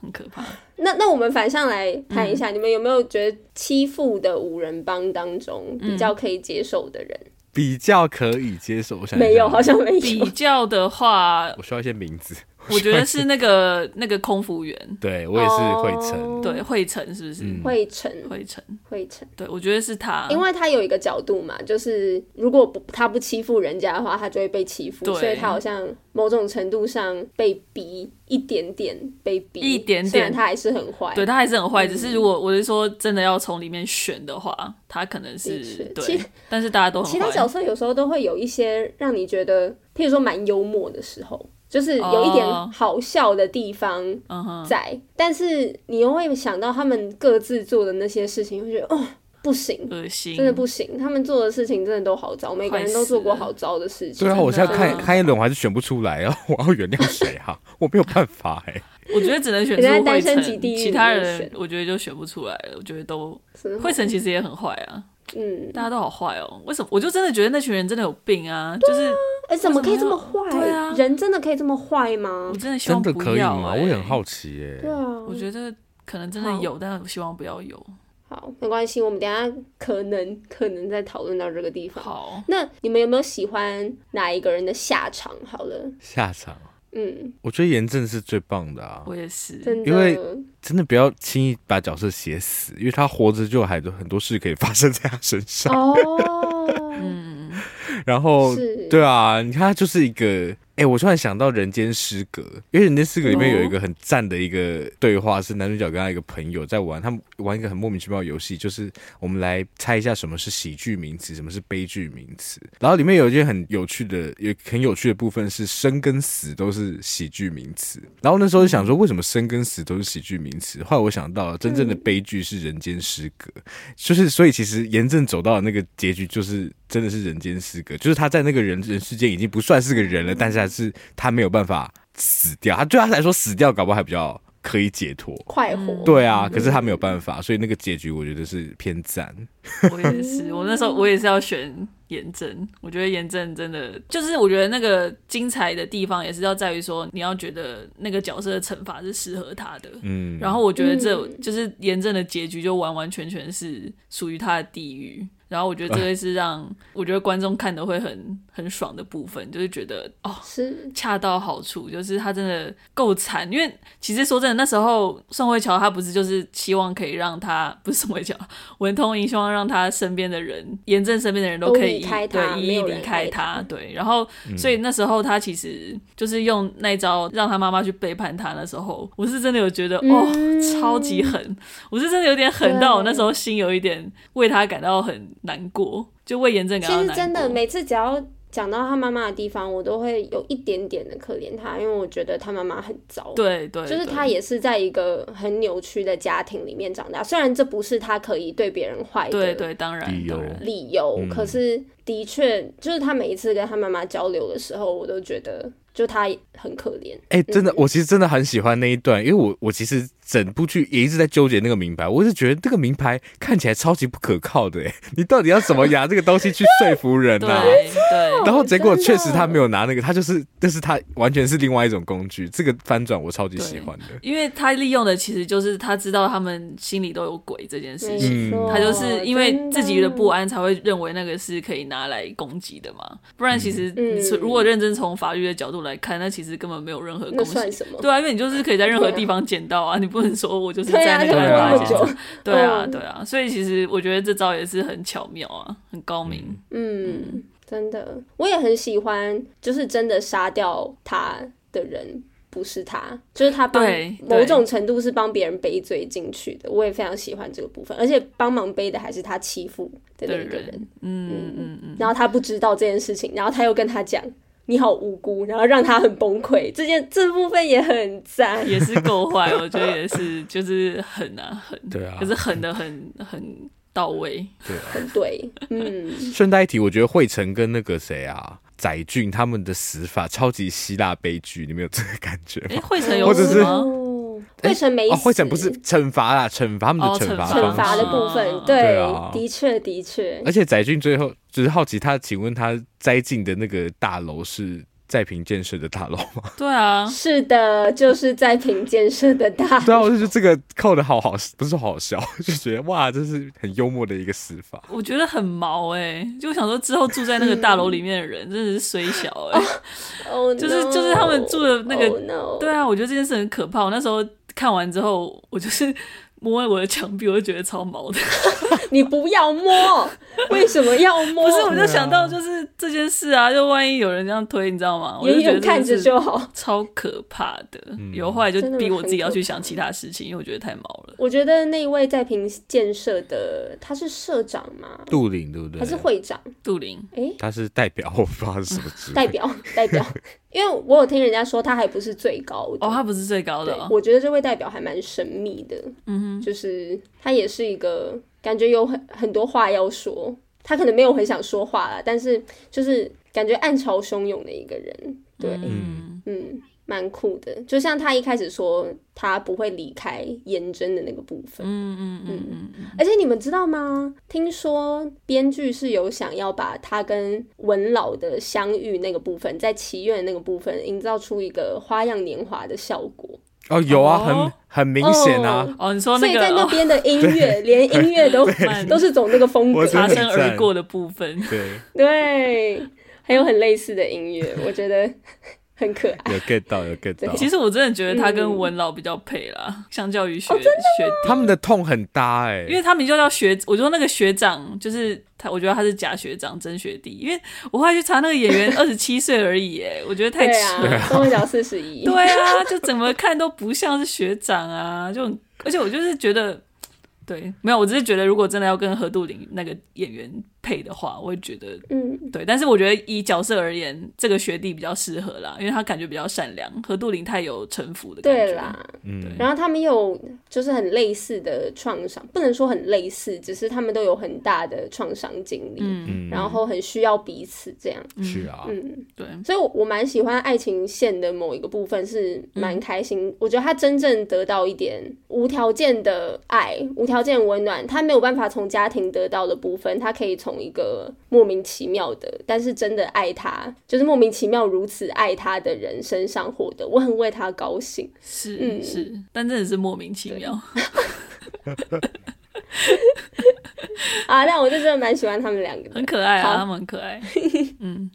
[SPEAKER 1] 很可怕。
[SPEAKER 3] 那那我们反向来谈一下，
[SPEAKER 1] 嗯
[SPEAKER 3] 你们有没有觉得欺负的五人帮当中
[SPEAKER 1] 嗯
[SPEAKER 3] 比较可以接受的人？
[SPEAKER 2] 比较可以接受，我想一下
[SPEAKER 3] 没有，好像没有
[SPEAKER 1] 比。较的话，
[SPEAKER 2] 我需要一些名字。
[SPEAKER 1] 我觉得是那 个那个空服员，
[SPEAKER 2] 对我也是会成，
[SPEAKER 3] 哦
[SPEAKER 1] 对，惠晨是不是？
[SPEAKER 2] 嗯
[SPEAKER 3] 惠晨，
[SPEAKER 1] 惠晨，
[SPEAKER 3] 惠晨，
[SPEAKER 1] 对我觉得是他，
[SPEAKER 3] 因为他有一个角度嘛，就是如果不他不欺负人家的话，他就会被欺负，
[SPEAKER 1] 对
[SPEAKER 3] 所以他好像某种程度上被逼一点点被逼
[SPEAKER 1] 一点点
[SPEAKER 3] 虽然他还是很坏，
[SPEAKER 1] 对他还是很
[SPEAKER 3] 嗯
[SPEAKER 1] 坏，只是如果我是说真的要从里面选的话，他可能
[SPEAKER 3] 的
[SPEAKER 1] 是
[SPEAKER 3] 确其
[SPEAKER 1] 对
[SPEAKER 3] 实，
[SPEAKER 1] 但是大家都
[SPEAKER 3] 其
[SPEAKER 1] 很
[SPEAKER 3] 他角
[SPEAKER 1] 坏。
[SPEAKER 3] 色有时候都会有一些让你觉得，譬如说蛮幽默的时候，就是有一点
[SPEAKER 1] 哦
[SPEAKER 3] 好笑的地方
[SPEAKER 1] 嗯哼，
[SPEAKER 3] 在，但是你又会想到他们各自做的那些事情，会觉得哦不行，
[SPEAKER 1] 恶心，
[SPEAKER 3] 真的不行，他们做的事情真的都好糟，每个人都做过好糟的事情。
[SPEAKER 2] 对啊，我现在
[SPEAKER 1] 真
[SPEAKER 2] 看
[SPEAKER 1] 的哦
[SPEAKER 2] 看一轮我还是选不出来啊， 我要原谅谁哈？我没有办法 哎，
[SPEAKER 1] 我觉得只能选
[SPEAKER 3] 人家
[SPEAKER 1] 出惠
[SPEAKER 3] 单身
[SPEAKER 1] 晨，
[SPEAKER 3] 级地狱
[SPEAKER 1] 其他
[SPEAKER 3] 里面
[SPEAKER 1] 人
[SPEAKER 3] 选
[SPEAKER 1] 我觉得就选不出来了。我觉得都
[SPEAKER 2] 啊
[SPEAKER 3] 真的好
[SPEAKER 1] 惠晨其实也很坏啊，
[SPEAKER 3] 嗯，
[SPEAKER 1] 大家都好坏哦。为什么？我就真的觉得那群人真的有病啊，就是
[SPEAKER 3] 哎、怎么可以这么
[SPEAKER 1] 为
[SPEAKER 3] 坏？
[SPEAKER 1] 什么要对啊
[SPEAKER 3] 人真的可以这么坏吗
[SPEAKER 1] 我？真的希望
[SPEAKER 2] 真
[SPEAKER 1] 不
[SPEAKER 2] 的可以
[SPEAKER 1] 要
[SPEAKER 2] 吗？
[SPEAKER 1] 欸
[SPEAKER 2] 我也很，好奇哎
[SPEAKER 3] 对。啊，
[SPEAKER 1] 我觉得可能真的有，但我希望不要有。
[SPEAKER 3] 好，没关系，我们等一下可能可能再讨论到这个地方。
[SPEAKER 1] 好，
[SPEAKER 3] 那你们有没有喜欢哪一个人的下场？好了，
[SPEAKER 2] 下场，啊
[SPEAKER 3] 嗯，
[SPEAKER 2] 我觉得严正是最棒的啊，
[SPEAKER 1] 我也是，
[SPEAKER 3] 真
[SPEAKER 2] 因为
[SPEAKER 3] 的，
[SPEAKER 2] 真的不要轻易把角色写死，因为他活着就还有很多事可以发生在他身上。
[SPEAKER 3] 哦，
[SPEAKER 1] 嗯，
[SPEAKER 2] 然后，
[SPEAKER 3] 是，
[SPEAKER 2] 对啊，你看他就是一个。哎、我突然想到《人间失格》，因为《人间失哦格》里面有一个很赞的一个对话，是男主角跟他一个朋友在玩，他们玩一个很莫名其妙的游戏，就是我们来猜一下什么是喜剧名词，什么是悲剧名词。然后里面有一件很有趣的，有很有趣的部分是生跟死都是喜剧名词。然后那时候就想说，为什么生跟死都是喜剧名词？后来我想到了，真正的悲剧是《人间失格》，就是所以其实严正走到的那个结局，就是真的是人间失格，就是他在那个人人世间已经不算是个人了，但是还是他没有办法死掉，他对他来说死掉搞不好还比较可以解脱。
[SPEAKER 3] 快活，
[SPEAKER 2] 对啊，可是他没有办法，所以那个结局我觉得是偏赞。
[SPEAKER 1] 我也是，我那时候我也是要选严正，我觉得严正真的就是，我觉得那个精彩的地方也是要在于说，你要觉得那个角色的惩罚是适合他的。
[SPEAKER 2] 嗯，
[SPEAKER 1] 然后我觉得这、
[SPEAKER 3] 嗯
[SPEAKER 1] 就是严正的结局，就完完全全是属于他的地狱。然后我觉得这个是让我觉得观众看的会很很爽的部分，就是觉得哦，
[SPEAKER 3] 是，
[SPEAKER 1] 恰到好处，就是他真的够惨。因为其实说真的，那时候宋慧乔她不是就是希望可以让他不是宋慧乔，文通莹希望让他身边的人，严正身边的人都可以
[SPEAKER 3] 都离开他
[SPEAKER 1] 对一
[SPEAKER 3] 没
[SPEAKER 1] 一
[SPEAKER 3] 有人
[SPEAKER 1] 离开
[SPEAKER 3] 爱他
[SPEAKER 1] 他，对。然后所以那时候他其实就是用那一招让他妈妈去背叛他。那时候我是真的有觉得、
[SPEAKER 3] 嗯
[SPEAKER 1] 哦，超级狠，我是真的有点狠到我
[SPEAKER 3] 对
[SPEAKER 1] 那时候心有一点为他感到很难过，就为严正
[SPEAKER 3] 其
[SPEAKER 1] 感到难
[SPEAKER 3] 实
[SPEAKER 1] 过。
[SPEAKER 3] 真的，每次只要讲到他妈妈的地方，我都会有一点点的可怜他，因为我觉得他妈妈很糟。
[SPEAKER 1] 对对，
[SPEAKER 3] 就是
[SPEAKER 1] 对
[SPEAKER 3] 他也是在一个很扭曲的家庭里面长大，虽然这不是他可以对别人坏
[SPEAKER 1] 对
[SPEAKER 3] 的
[SPEAKER 1] 对，当然
[SPEAKER 2] 理由
[SPEAKER 1] 当然。
[SPEAKER 3] 理由，
[SPEAKER 2] 嗯
[SPEAKER 3] 可是的确，就是他每一次跟他妈妈交流的时候，我都觉得就他很可怜。
[SPEAKER 2] 哎、真的，我其实真的很喜欢那一段，因为我我其实整部剧也一直在纠结那个名牌，我是觉得这个名牌看起来超级不可靠的、哎， 你到底要怎么拿这个东西去说服人
[SPEAKER 1] 对
[SPEAKER 2] 呐、
[SPEAKER 1] 对，
[SPEAKER 2] 然后结果
[SPEAKER 3] 哦真的
[SPEAKER 2] 确实他没有拿那个，他就是，但是他完全是另外一种工具。这个翻转我超级喜欢的，
[SPEAKER 1] 因为他利用的其实就是他知道他们心里都有鬼这件事情。
[SPEAKER 2] 嗯
[SPEAKER 3] 没错
[SPEAKER 1] 他就是因为自己的不，
[SPEAKER 3] 哦真
[SPEAKER 1] 安，才会认为那个是可以拿来攻击的嘛。不然，其实
[SPEAKER 3] 嗯
[SPEAKER 1] 你说如果认真从法律的角度来看，那其实根本没有任何
[SPEAKER 3] 那
[SPEAKER 1] 攻击。
[SPEAKER 3] 算什么？
[SPEAKER 1] 对啊，因为你就是可以在任何地方捡到啊，你不能说我就是
[SPEAKER 3] 对
[SPEAKER 1] 在
[SPEAKER 3] 啊，
[SPEAKER 1] 那
[SPEAKER 3] 就
[SPEAKER 1] 个
[SPEAKER 3] 活
[SPEAKER 2] 人
[SPEAKER 1] 案发
[SPEAKER 3] 那么
[SPEAKER 1] 现场。
[SPEAKER 3] 久，
[SPEAKER 1] 对啊，
[SPEAKER 3] 嗯
[SPEAKER 1] 对啊，所以其实我觉得这招也是很巧妙啊，很高明。
[SPEAKER 3] 嗯，真的，我也很喜欢，就是真的杀掉他的人不是他，就是他帮
[SPEAKER 1] 对对
[SPEAKER 3] 某种程度是帮别人背罪进去的，我也非常喜欢这个部分，而且帮忙背的还是他欺负的那
[SPEAKER 1] 的
[SPEAKER 3] 一个人，
[SPEAKER 1] 人，嗯嗯嗯，
[SPEAKER 3] 然后他不知道这件事情，然后他又跟他讲。你好无辜，然后让他很崩溃，这件这部分也很赞，
[SPEAKER 1] 也是够坏， 我觉得也是，就是狠啊狠。
[SPEAKER 2] 对啊
[SPEAKER 1] 可是狠的很很到位。
[SPEAKER 2] 对啊。
[SPEAKER 3] 很对，嗯，
[SPEAKER 2] 顺带一提，我觉得惠成跟那个谁啊，宰俊他们的死法超级希腊悲剧，你们有这个感觉
[SPEAKER 1] 哎，
[SPEAKER 2] 吗？
[SPEAKER 1] 惠城有
[SPEAKER 2] 或者
[SPEAKER 1] 死
[SPEAKER 2] 是
[SPEAKER 1] 吗？
[SPEAKER 3] 哦惠城没
[SPEAKER 2] 哦，
[SPEAKER 3] 死，
[SPEAKER 2] 惠城不是惩罚啦，惩罚他们的
[SPEAKER 1] 哦
[SPEAKER 2] 惩罚
[SPEAKER 3] 惩
[SPEAKER 2] 方
[SPEAKER 3] 罚
[SPEAKER 2] 式。
[SPEAKER 3] 的部
[SPEAKER 1] 啊
[SPEAKER 3] 分，
[SPEAKER 2] 对啊
[SPEAKER 3] 的确的确
[SPEAKER 2] 而，且宰俊最后只是好奇他，请问他栽进的那个大楼是在平建设的大楼吗？
[SPEAKER 1] 对啊，
[SPEAKER 3] 是的，就是在平建设 的大
[SPEAKER 2] 对啊，我就觉得这个扣的好好，不是说好笑，就觉得哇，这是很幽默的一个死法。
[SPEAKER 1] 我觉得很毛哎、就我想说之后住在那个大楼里面的 人真的是虽小哎、
[SPEAKER 3] 哦，
[SPEAKER 1] 就是就是他们住的那个
[SPEAKER 3] Oh no
[SPEAKER 1] 对啊，我觉得这件事很可怕。我那时候看完之后，我就是摸我的墙壁，我就觉得超毛的。
[SPEAKER 3] 哦你不要摸，为什么要摸？
[SPEAKER 1] 不是， 我就想到就是这件事啊，就万一有人这样推，你知道吗？我就
[SPEAKER 3] 远
[SPEAKER 1] 觉得
[SPEAKER 3] 远看着就好。
[SPEAKER 1] 超可怕的。
[SPEAKER 2] 嗯
[SPEAKER 1] 有后来就
[SPEAKER 3] 真的
[SPEAKER 1] 逼我自己要去
[SPEAKER 3] 很可
[SPEAKER 1] 想其他事情，因为我觉得太毛了。
[SPEAKER 3] 我觉得那一位在平建设的，他是社长吗？
[SPEAKER 2] 杜林对不对
[SPEAKER 3] 还是会长？
[SPEAKER 1] 杜林
[SPEAKER 3] 诶，
[SPEAKER 2] 他是代表，我不知道是什么职
[SPEAKER 3] 代
[SPEAKER 2] 位。
[SPEAKER 3] 表代表，因为我有听人家说他还不是最高的
[SPEAKER 1] 哦，他不是最高的
[SPEAKER 3] 对
[SPEAKER 1] 哦、，
[SPEAKER 3] 我觉得这位代表还蛮神秘的，嗯就是他也是一个感觉有很很多话要说，他可能没有很想说话啦，但是就是感觉暗潮汹涌的一个人，对，
[SPEAKER 1] 嗯，
[SPEAKER 3] 嗯，蛮酷的。就像他一开始说他不会离开颜真的那个部分，嗯嗯嗯嗯。而且你们知道吗？听说编剧是有想要把他跟文老的相遇那个部分，在祈愿的那个部分，营造出一个花样年华的效果。
[SPEAKER 2] 哦，有啊，
[SPEAKER 1] 哦
[SPEAKER 2] 很很明显啊。
[SPEAKER 1] 哦，你说
[SPEAKER 3] 所
[SPEAKER 1] 那
[SPEAKER 3] 以
[SPEAKER 1] 个
[SPEAKER 3] 在那
[SPEAKER 1] 哦
[SPEAKER 3] 边的音乐，连音乐都
[SPEAKER 1] 对
[SPEAKER 3] 都是走那个风格
[SPEAKER 2] 我，真
[SPEAKER 1] 擦
[SPEAKER 2] 的
[SPEAKER 1] 身
[SPEAKER 2] 很赞
[SPEAKER 1] 而过的部分，
[SPEAKER 2] 对，
[SPEAKER 3] 对，还有很类似的音乐，我觉得很可爱。
[SPEAKER 2] 有 get 到，有 get 到。
[SPEAKER 1] 其实我真的觉得他跟
[SPEAKER 3] 嗯哦
[SPEAKER 1] 文老比较配啦，相较于学、学弟，
[SPEAKER 2] 他们的痛很搭哎、
[SPEAKER 1] 因为他们就叫学，我说那个学长就是他，我觉得他是假学长真学弟，因为我后来去查那个演 员二十七岁而已，哎，我觉得太
[SPEAKER 3] 对
[SPEAKER 1] 扯了。
[SPEAKER 3] 啊，宋慧乔四十一。
[SPEAKER 1] 对啊，就怎么看都不像是学长啊，就很而且我就是觉得，对，没有，我只是觉得如果真的要跟何杜林那个演员配的话，我会觉得
[SPEAKER 3] 嗯，
[SPEAKER 1] 对，但是我觉得以角色而言，这个学弟比较适合啦，因为他感觉比较善良，何杜林太有城府的感觉。
[SPEAKER 3] 对啦，
[SPEAKER 2] 嗯，
[SPEAKER 3] 然后他们有就是很类似的创伤，不能说很类似，只是他们都有很大的创伤经历，
[SPEAKER 1] 嗯
[SPEAKER 3] 然后很需要彼此这样。
[SPEAKER 2] 是啊，
[SPEAKER 3] 嗯，
[SPEAKER 1] 对，
[SPEAKER 3] 所以我我蛮喜欢爱情线的某一个部分，是蛮开心。我觉得他真正得到一点无条件的爱、无条件的温暖，他没有办法从家庭得到的部分，他可以从一个莫名其妙的，但是真的爱他，就是莫名其妙如此爱他的人身上获得。我很为他高兴。
[SPEAKER 1] 是、
[SPEAKER 3] 嗯
[SPEAKER 1] 是，但真的是莫名其妙。
[SPEAKER 3] 啊，但我就真的蛮喜欢他们两个的
[SPEAKER 1] 很。可爱啊，
[SPEAKER 3] 好
[SPEAKER 1] 他们很可爱。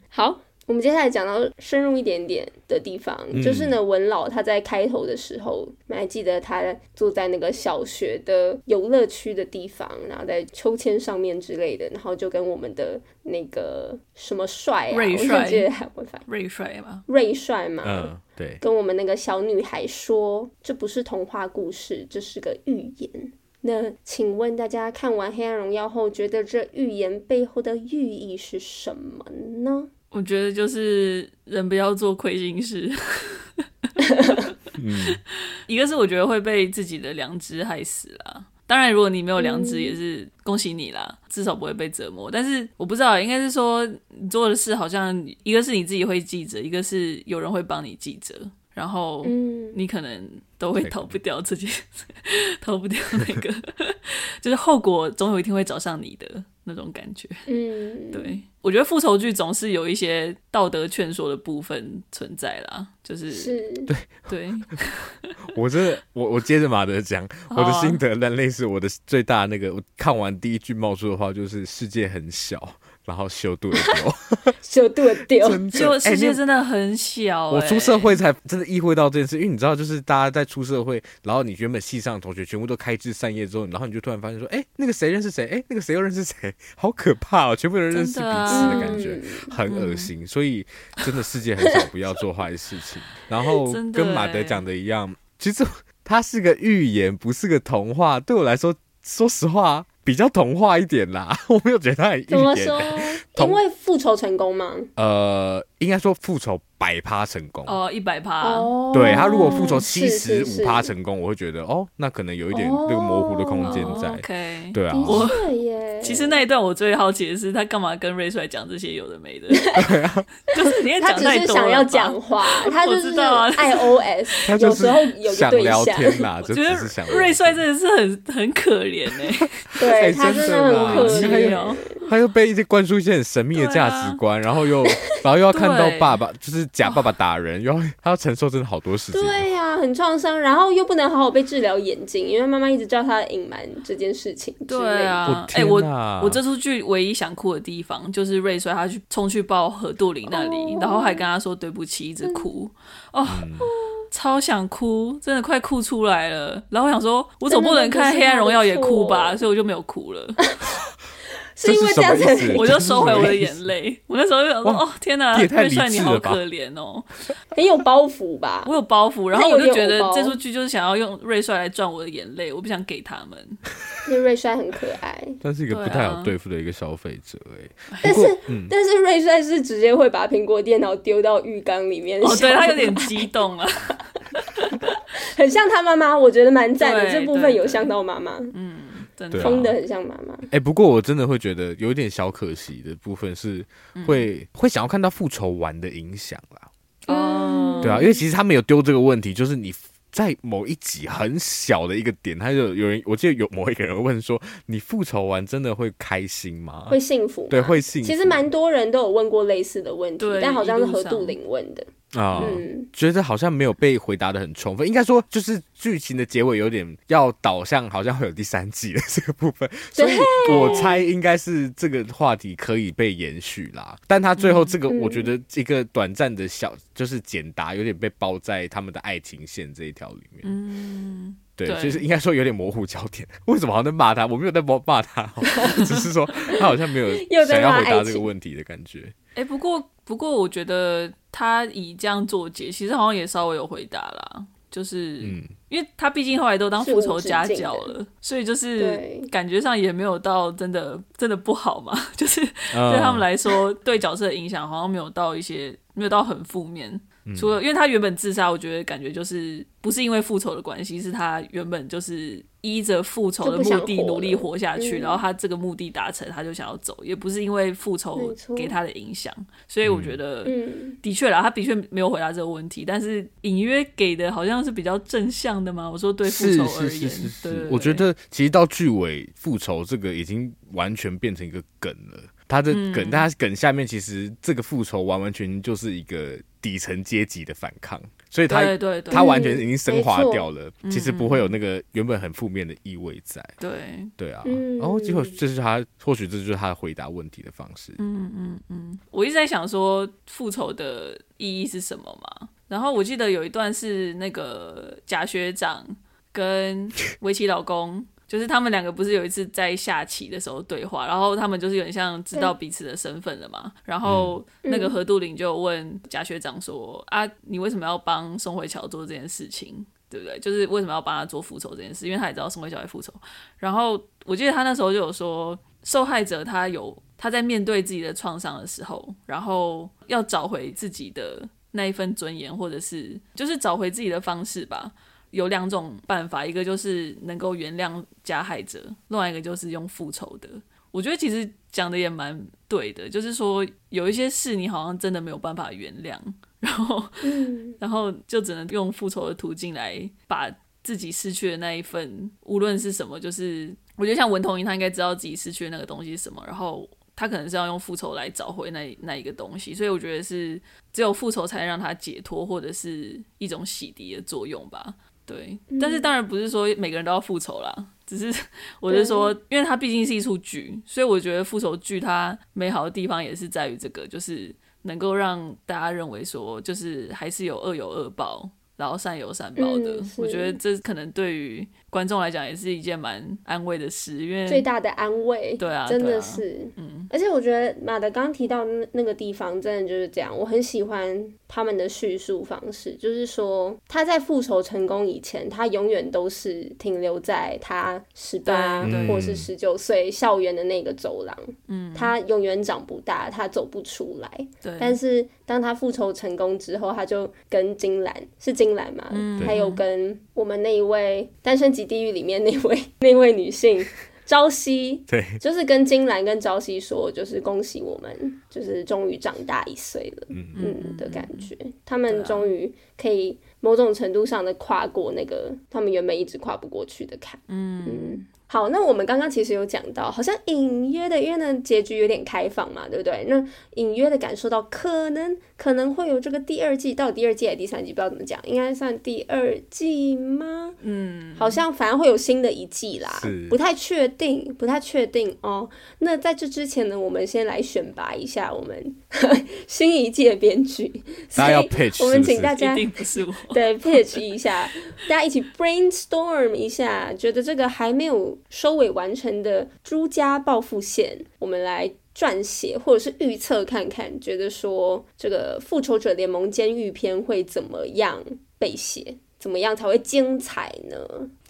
[SPEAKER 3] 好，我们接下来讲到深入一点点的地方，
[SPEAKER 1] 嗯
[SPEAKER 3] 就是呢，文老他在开头的时候，你们还记得他坐在那个小学的游乐区的地方，然后在秋千上面之类的，然后就跟我们的那个什么帅啊，
[SPEAKER 1] 瑞帅
[SPEAKER 3] 我是记得还会发
[SPEAKER 1] 瑞帅吧，
[SPEAKER 3] 瑞帅嘛，
[SPEAKER 2] 嗯，对，
[SPEAKER 3] 跟我们那个小女孩说，这不是童话故事，这是个寓言。那请问大家看完《黑暗荣耀》后，觉得这寓言背后的寓意是什么呢？
[SPEAKER 1] 我觉得就是人不要做亏心事。 一个是我觉得会被自己的良知害死啦。当然，如果你没有良知，也是恭喜你啦，至少不会被折磨。但是我不知道，应该是说你做的事好像一个是你自己会记着，一个是有人会帮你记着，然后
[SPEAKER 3] 嗯，
[SPEAKER 1] 你可能都会逃不掉自己， 逃不掉那个， 就是后果总有一天会找上你的那种感觉。
[SPEAKER 3] 嗯，
[SPEAKER 1] 对，我觉得复仇剧总是有一些道德劝说的部分存在啦，就是
[SPEAKER 3] 是，
[SPEAKER 1] 对，
[SPEAKER 2] 我真的，我我接着马德讲，我的心得但类似我的最大那个，我看完第一句冒出的话就是世界很小，然后修度的丢，
[SPEAKER 3] 就对 丢，
[SPEAKER 2] 真的，
[SPEAKER 1] 就世
[SPEAKER 2] 哎
[SPEAKER 1] 界
[SPEAKER 2] 你
[SPEAKER 1] 真的很小、欸
[SPEAKER 2] 我出社会才真的意会到这件事，因为你知道，就是大家在出社会，然后你原本系上的同学全部都开枝散叶之后，然后你就突然发现说，哎、那个谁认识谁，哎、那个谁又认识谁， 好可怕哦，全部人认识彼此
[SPEAKER 1] 真的啊嗯
[SPEAKER 2] 的感觉，很恶心。所以真的世界很小，不要做坏事情。然后
[SPEAKER 1] 真的哎
[SPEAKER 2] 跟马德讲的一样，其实它是个寓言，不是个童话。对我来说，说实话比较童话一点啦， 我没有觉得它很寓
[SPEAKER 3] 怎么
[SPEAKER 2] 言、
[SPEAKER 3] 说？因
[SPEAKER 2] 同
[SPEAKER 3] 为复仇成功嘛。
[SPEAKER 2] 呃，应该说复仇百趴成功。
[SPEAKER 1] 哦，一百趴，
[SPEAKER 3] 哦
[SPEAKER 2] 啊对他如果复仇七十
[SPEAKER 3] 是是哦
[SPEAKER 2] 五趴成功，我会觉得哦，那可能有一点那个模糊的空间在。
[SPEAKER 1] o k
[SPEAKER 2] 对啊，
[SPEAKER 3] 的确耶，
[SPEAKER 1] 其实那一段我最好奇的是，他干嘛跟瑞帅讲这些有的 没的？就是你也
[SPEAKER 3] 他
[SPEAKER 1] 讲
[SPEAKER 3] 只
[SPEAKER 1] 太
[SPEAKER 3] 是
[SPEAKER 1] 多了
[SPEAKER 3] 想
[SPEAKER 1] 吧
[SPEAKER 3] 要讲话，他就
[SPEAKER 1] 我
[SPEAKER 3] 是
[SPEAKER 1] 知道啊
[SPEAKER 3] iOS，
[SPEAKER 2] 他
[SPEAKER 3] 有
[SPEAKER 2] 就是
[SPEAKER 3] 时候有个
[SPEAKER 2] 想
[SPEAKER 3] 对
[SPEAKER 2] 聊
[SPEAKER 3] 象，
[SPEAKER 2] 天 啦，
[SPEAKER 1] 我
[SPEAKER 2] 就
[SPEAKER 1] 觉
[SPEAKER 2] 只
[SPEAKER 1] 得
[SPEAKER 2] 是想聊
[SPEAKER 1] 瑞
[SPEAKER 2] 天
[SPEAKER 1] 帅真的是很很可怜哎、
[SPEAKER 3] 对
[SPEAKER 2] 哎
[SPEAKER 3] 他
[SPEAKER 2] 真
[SPEAKER 3] 真
[SPEAKER 2] 的
[SPEAKER 3] 的
[SPEAKER 2] 啦
[SPEAKER 3] 很可
[SPEAKER 2] 你还
[SPEAKER 3] 惜
[SPEAKER 2] 有
[SPEAKER 3] 哦。
[SPEAKER 2] 他又被一些灌输一些很神秘的价
[SPEAKER 3] 啊
[SPEAKER 2] 值观，然后又然后又要看到爸爸就是假爸爸打人，然后他要承受真的好多事情。
[SPEAKER 3] 对呀、很创伤，然后又不能好好被治疗眼睛，因为妈妈一直叫他隐瞒这件事情之类的。
[SPEAKER 1] 对啊
[SPEAKER 2] 我，
[SPEAKER 1] 哎、
[SPEAKER 2] 天
[SPEAKER 1] 我
[SPEAKER 2] 哪
[SPEAKER 1] 我这出剧唯一想哭的地方就是瑞帅他去冲去抱何杜林那里，
[SPEAKER 3] 哦嗯
[SPEAKER 1] 然后还跟他说对不起，一直哭，哦，
[SPEAKER 2] 嗯
[SPEAKER 1] 超想哭，真的快哭出来了。然后我想说，我总不能看《黑暗荣耀》也哭吧，
[SPEAKER 3] 真的
[SPEAKER 1] 所以
[SPEAKER 3] 不是他的错哦
[SPEAKER 1] 我就没有哭了，
[SPEAKER 3] 是因为这样
[SPEAKER 2] 这是什么意
[SPEAKER 3] 才
[SPEAKER 2] 思
[SPEAKER 1] 我就收回我的眼泪。我那时候就想说，
[SPEAKER 2] 哇
[SPEAKER 1] 哦，天哪，
[SPEAKER 2] 你也
[SPEAKER 1] 瑞
[SPEAKER 2] 太理智了
[SPEAKER 1] 帅
[SPEAKER 2] 吧
[SPEAKER 1] 你好可怜哦，
[SPEAKER 3] 很有包袱吧
[SPEAKER 1] 我？有包袱，然后
[SPEAKER 3] 那有
[SPEAKER 1] 我就
[SPEAKER 3] 点
[SPEAKER 1] 觉得
[SPEAKER 3] 偶包
[SPEAKER 1] 这出剧就是想要用瑞帅来赚我的眼泪，我不想给他们。
[SPEAKER 3] 因为瑞帅很可爱，
[SPEAKER 2] 但是一个不
[SPEAKER 1] 对
[SPEAKER 2] 太
[SPEAKER 1] 啊
[SPEAKER 2] 好对付的一个消费者、哎、
[SPEAKER 3] 但
[SPEAKER 2] 不
[SPEAKER 3] 是
[SPEAKER 2] 过嗯，
[SPEAKER 3] 但是瑞帅是直接会把苹果电脑丢到浴缸里面。
[SPEAKER 1] 哦，对他有点激动了。
[SPEAKER 3] 很像他妈妈，我觉得蛮赞的，
[SPEAKER 1] 对
[SPEAKER 3] 这部分
[SPEAKER 1] 对
[SPEAKER 3] 有
[SPEAKER 1] 对
[SPEAKER 3] 像到妈妈，
[SPEAKER 1] 真的
[SPEAKER 2] 对啊
[SPEAKER 3] 疯的很像妈妈。
[SPEAKER 2] 哎、不过我真的会觉得有一点小可惜的部分是
[SPEAKER 3] 嗯
[SPEAKER 2] 会、会想要看到复仇完的影响啦，
[SPEAKER 3] 嗯
[SPEAKER 1] 哦，
[SPEAKER 2] 对啊，因为其实他们有丢这个问题，就是你。在某一集很小的一个点，他就有人，我记得有某一个人问说：“你复仇完真的会开心吗？”
[SPEAKER 3] 会幸福吗，
[SPEAKER 2] 啊对，会幸福。
[SPEAKER 3] 其实蛮多人都有问过类似的问题
[SPEAKER 1] 对，
[SPEAKER 3] 但好像是
[SPEAKER 1] 一路
[SPEAKER 3] 何
[SPEAKER 1] 上
[SPEAKER 3] 杜林问的。
[SPEAKER 2] 啊、
[SPEAKER 3] 嗯
[SPEAKER 2] 觉得好像没有被回答的很充分，应该说就是剧情的结尾有点要导向，好像会有第三季的这个部分，所以我猜应该是这个话题可以被延续啦。但他最后这个，
[SPEAKER 3] 嗯
[SPEAKER 2] 我觉得一个短暂的小就是简答，有点被包在他们的爱情线这一条里面。
[SPEAKER 1] 嗯，
[SPEAKER 2] 对，
[SPEAKER 1] 对
[SPEAKER 2] 就是应该说有点模糊焦点。为什么好像在骂他？我没有在骂骂他哦、只是说他好像没有
[SPEAKER 3] 又
[SPEAKER 2] 想
[SPEAKER 3] 在
[SPEAKER 2] 要
[SPEAKER 3] 骂
[SPEAKER 2] 回答
[SPEAKER 3] 爱
[SPEAKER 2] 这个
[SPEAKER 3] 情
[SPEAKER 2] 问题的感觉。
[SPEAKER 1] 哎、不过不过，我觉得他以这样做结，其实好像也稍微有回答啦，就是、
[SPEAKER 2] 嗯，
[SPEAKER 1] 因为他毕竟后来都当复仇家教
[SPEAKER 3] 是无
[SPEAKER 1] 了，所以就是
[SPEAKER 3] 对
[SPEAKER 1] 感觉上也没有到真的真的不好嘛， 就是对
[SPEAKER 2] 对
[SPEAKER 1] 他们来说，对角色的影响好像没有到一些没有到很负面。
[SPEAKER 2] 嗯
[SPEAKER 1] 除了因为他原本自杀，我觉得感觉就是不是因为复仇的关系，是他原本就是依着复仇的
[SPEAKER 3] 就不想
[SPEAKER 1] 目的
[SPEAKER 3] 活了
[SPEAKER 1] 努力活下去，
[SPEAKER 3] 嗯
[SPEAKER 1] 然后他这个目的达成，他就想要走，也不是因为复仇
[SPEAKER 3] 没错
[SPEAKER 1] 给他的影响，所以我觉得。
[SPEAKER 3] 嗯，
[SPEAKER 1] 的确啦，他的确没有回答这个问题，但是隐约给的好像是比较正向的嘛。我说对复
[SPEAKER 2] 是
[SPEAKER 1] 仇而
[SPEAKER 2] 是
[SPEAKER 1] 言，
[SPEAKER 2] 是是
[SPEAKER 1] 对对
[SPEAKER 2] 是
[SPEAKER 1] 对，
[SPEAKER 2] 我觉得其实到剧尾复仇这个已经完全变成一个梗了。他的梗，
[SPEAKER 1] 嗯
[SPEAKER 2] 但他梗下面其实这个复仇完完全全就是一个底层阶级的反抗，所以他
[SPEAKER 1] 对对对
[SPEAKER 2] 他完全已经升华
[SPEAKER 3] 没错
[SPEAKER 2] 掉了，其实不会有那个原本很负面的意味在。
[SPEAKER 1] 对，
[SPEAKER 2] 对啊，
[SPEAKER 3] 嗯
[SPEAKER 2] 然后结果这是他，或许这就是他回答问题的方式。
[SPEAKER 1] 嗯我一直在想说复仇的意义是什么嘛。然后我记得有一段是那个贾学长跟围棋老公，就是他们两个不是有一次在下棋的时候对话，然后他们就是有点像知道彼此的身份了嘛。然后那个何杜林就问贾学长说：“啊，你为什么要帮宋慧乔做这件事情？”对不对？就是为什么要帮他做复仇这件事？因为他也知道宋慧乔会复仇。然后我记得他那时候就有说，受害者他有他在面对自己的创伤的时候，然后要找回自己的那一份尊严，或者是就是找回自己的方式吧。有两种办法，一个就是能够原谅加害者，另外一个就是用复仇的。我觉得其实讲的也蛮对的，就是说有一些事你好像真的没有办法原谅，然后 然后就只能用复仇的途径来把自己失去的那一份，无论是什么，就是我觉得像文童英，他应该知道自己失去的那个东西是什么，然后他可能是要用复仇来找回那那一个东西，所以我觉得是只有复仇才能让他解脱，或者是一种洗涤的作用吧。对，但是当然不是说每个人都要复仇啦，只是我是说，因为它毕竟是一出剧，所以我觉得复仇剧它美好的地方也是在于这个，就是能够让大家认为说，就是还是有恶有恶报，然后善有善报的。
[SPEAKER 3] 嗯是
[SPEAKER 1] 我觉得这可能对于观众来讲也是一件蛮安慰的事，因
[SPEAKER 3] 最
[SPEAKER 1] 为
[SPEAKER 3] 大的安慰，
[SPEAKER 1] 对啊
[SPEAKER 3] 真
[SPEAKER 1] 对
[SPEAKER 3] 的
[SPEAKER 1] 啊
[SPEAKER 3] 是，而且我觉得马德刚提到那那个地方，真的就是这样。我很喜欢他们的叙述方式，就是说他在复仇成功以前，他永远都是停留在他十八
[SPEAKER 1] 对对
[SPEAKER 3] 或是十九岁校园的那个走廊，嗯，他永远长不大，他走不出来。但
[SPEAKER 1] 对
[SPEAKER 3] 是当他复仇成功之后，他就跟金兰是金兰嘛， 还有跟我们那一位《单身即地狱》里面那位那位女性朝夕，
[SPEAKER 2] 对，
[SPEAKER 3] 就是跟金兰跟朝夕说，就是恭喜我们，就是终于长大一岁了，嗯啊的感觉，他们终于可以某种程度上的跨过那个他们原本一直跨不过去的坎。嗯，好，那我们刚刚其实有讲到，好像隐约的，因为呢结局有点开放嘛，对不对？那隐约的感受到可能可能会有这个第二季，到底第二季还是第三季，不知道怎么讲，应该算第二季吗？
[SPEAKER 1] 嗯，
[SPEAKER 3] 好像反正会有新的一季啦
[SPEAKER 2] 是，
[SPEAKER 3] 不太确定，不太确定哦。那在这之前呢，我们先来选拔一下我们新一季的编剧，所
[SPEAKER 2] 大家
[SPEAKER 3] 以
[SPEAKER 2] 要 pitch
[SPEAKER 3] 我们
[SPEAKER 2] 是不
[SPEAKER 3] 请
[SPEAKER 2] 是
[SPEAKER 3] 大
[SPEAKER 1] 一
[SPEAKER 3] 家
[SPEAKER 1] 定不是 我。
[SPEAKER 3] 对 pitch 一下，大家一起 brainstorm 一下，觉得这个还没有收尾完成的朱家报复线，我们来撰写或者是预测看看，觉得说这个复仇者联盟监狱篇会怎么样被写，怎么样才会精彩呢？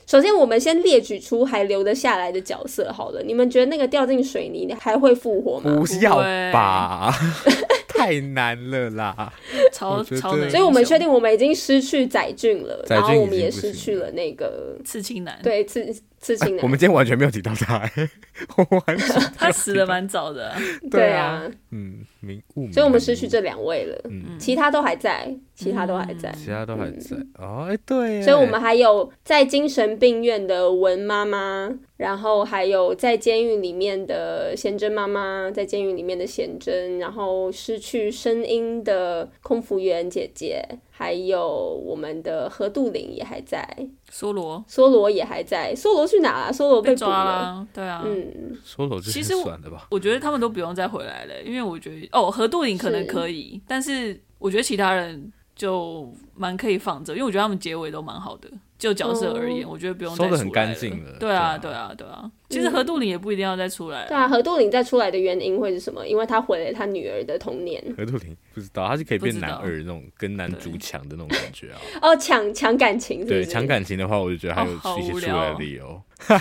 [SPEAKER 3] 首先，我们先列举出还留得下来的角色好了。你们觉得那个掉进水泥还会复活吗？
[SPEAKER 2] 不要吧， 太难了啦。
[SPEAKER 1] 超
[SPEAKER 2] 我觉得
[SPEAKER 1] 超能，
[SPEAKER 3] 所以我们确定我们已经失去宰俊了，
[SPEAKER 2] 宰
[SPEAKER 3] 然后
[SPEAKER 2] 俊
[SPEAKER 3] 我
[SPEAKER 2] 已
[SPEAKER 3] 们
[SPEAKER 2] 经
[SPEAKER 3] 也
[SPEAKER 2] 不行
[SPEAKER 3] 失去了那个
[SPEAKER 1] 刺青男，，
[SPEAKER 3] 对，刺刺青 男。
[SPEAKER 2] 我们今天完全没有提到他、 欸，我完全
[SPEAKER 1] 他死的蛮早的啊、
[SPEAKER 3] 对
[SPEAKER 2] 啊
[SPEAKER 3] 啊，，
[SPEAKER 2] 嗯，明雾明，
[SPEAKER 3] 所以我们失去这两位了，
[SPEAKER 2] 嗯
[SPEAKER 3] 其他都还在，其他都还在。
[SPEAKER 2] 其他都还在哦，哎、对欸，
[SPEAKER 3] 嗯所以我们还有在精神病院的文妈妈，然后还有在监狱里面的贤贞妈妈，在监狱里面的贤贞，然后失去声音的空服员姐姐，还有我们的何杜林也还在，
[SPEAKER 1] 梭 罗
[SPEAKER 3] 梭罗也还在。梭罗去哪了、梭罗
[SPEAKER 1] 被
[SPEAKER 3] 捕
[SPEAKER 1] 抓
[SPEAKER 3] 了。
[SPEAKER 1] 啦，对啊，
[SPEAKER 3] 嗯，
[SPEAKER 2] 说走就
[SPEAKER 1] 其
[SPEAKER 2] 是
[SPEAKER 1] 实我
[SPEAKER 2] 算了吧，
[SPEAKER 1] 我觉得他们都不用再回来了，因为我觉得哦，何杜林可能
[SPEAKER 3] 是
[SPEAKER 1] 可以，但是我觉得其他人就蛮可以放着，因为我觉得他们结尾都蛮好的。就角色而言，
[SPEAKER 3] 哦
[SPEAKER 1] 我觉得不用
[SPEAKER 2] 收
[SPEAKER 1] 再出
[SPEAKER 2] 得
[SPEAKER 1] 来
[SPEAKER 2] 很干净了
[SPEAKER 1] 对啊，
[SPEAKER 2] 对
[SPEAKER 1] 对啊，对啊。其实何杜林也不一定要再出来
[SPEAKER 3] 对
[SPEAKER 1] 了。
[SPEAKER 3] 啊，何杜林再出来的原因会是什么？因为他毁了他女儿的童年。
[SPEAKER 2] 何杜林不知道，他就可以
[SPEAKER 1] 不
[SPEAKER 2] 变
[SPEAKER 1] 知道
[SPEAKER 2] 男二那种，跟男主强的那种感 觉啊。
[SPEAKER 3] 哦，抢抢感情是不是
[SPEAKER 2] 对，强感情的话，我就觉得还有
[SPEAKER 1] 哦好
[SPEAKER 2] 一些
[SPEAKER 1] 无
[SPEAKER 2] 出
[SPEAKER 1] 聊
[SPEAKER 2] 来的
[SPEAKER 1] 哦
[SPEAKER 2] 理由，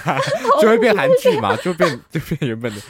[SPEAKER 2] 就会变韩剧嘛，就变 就变原本的，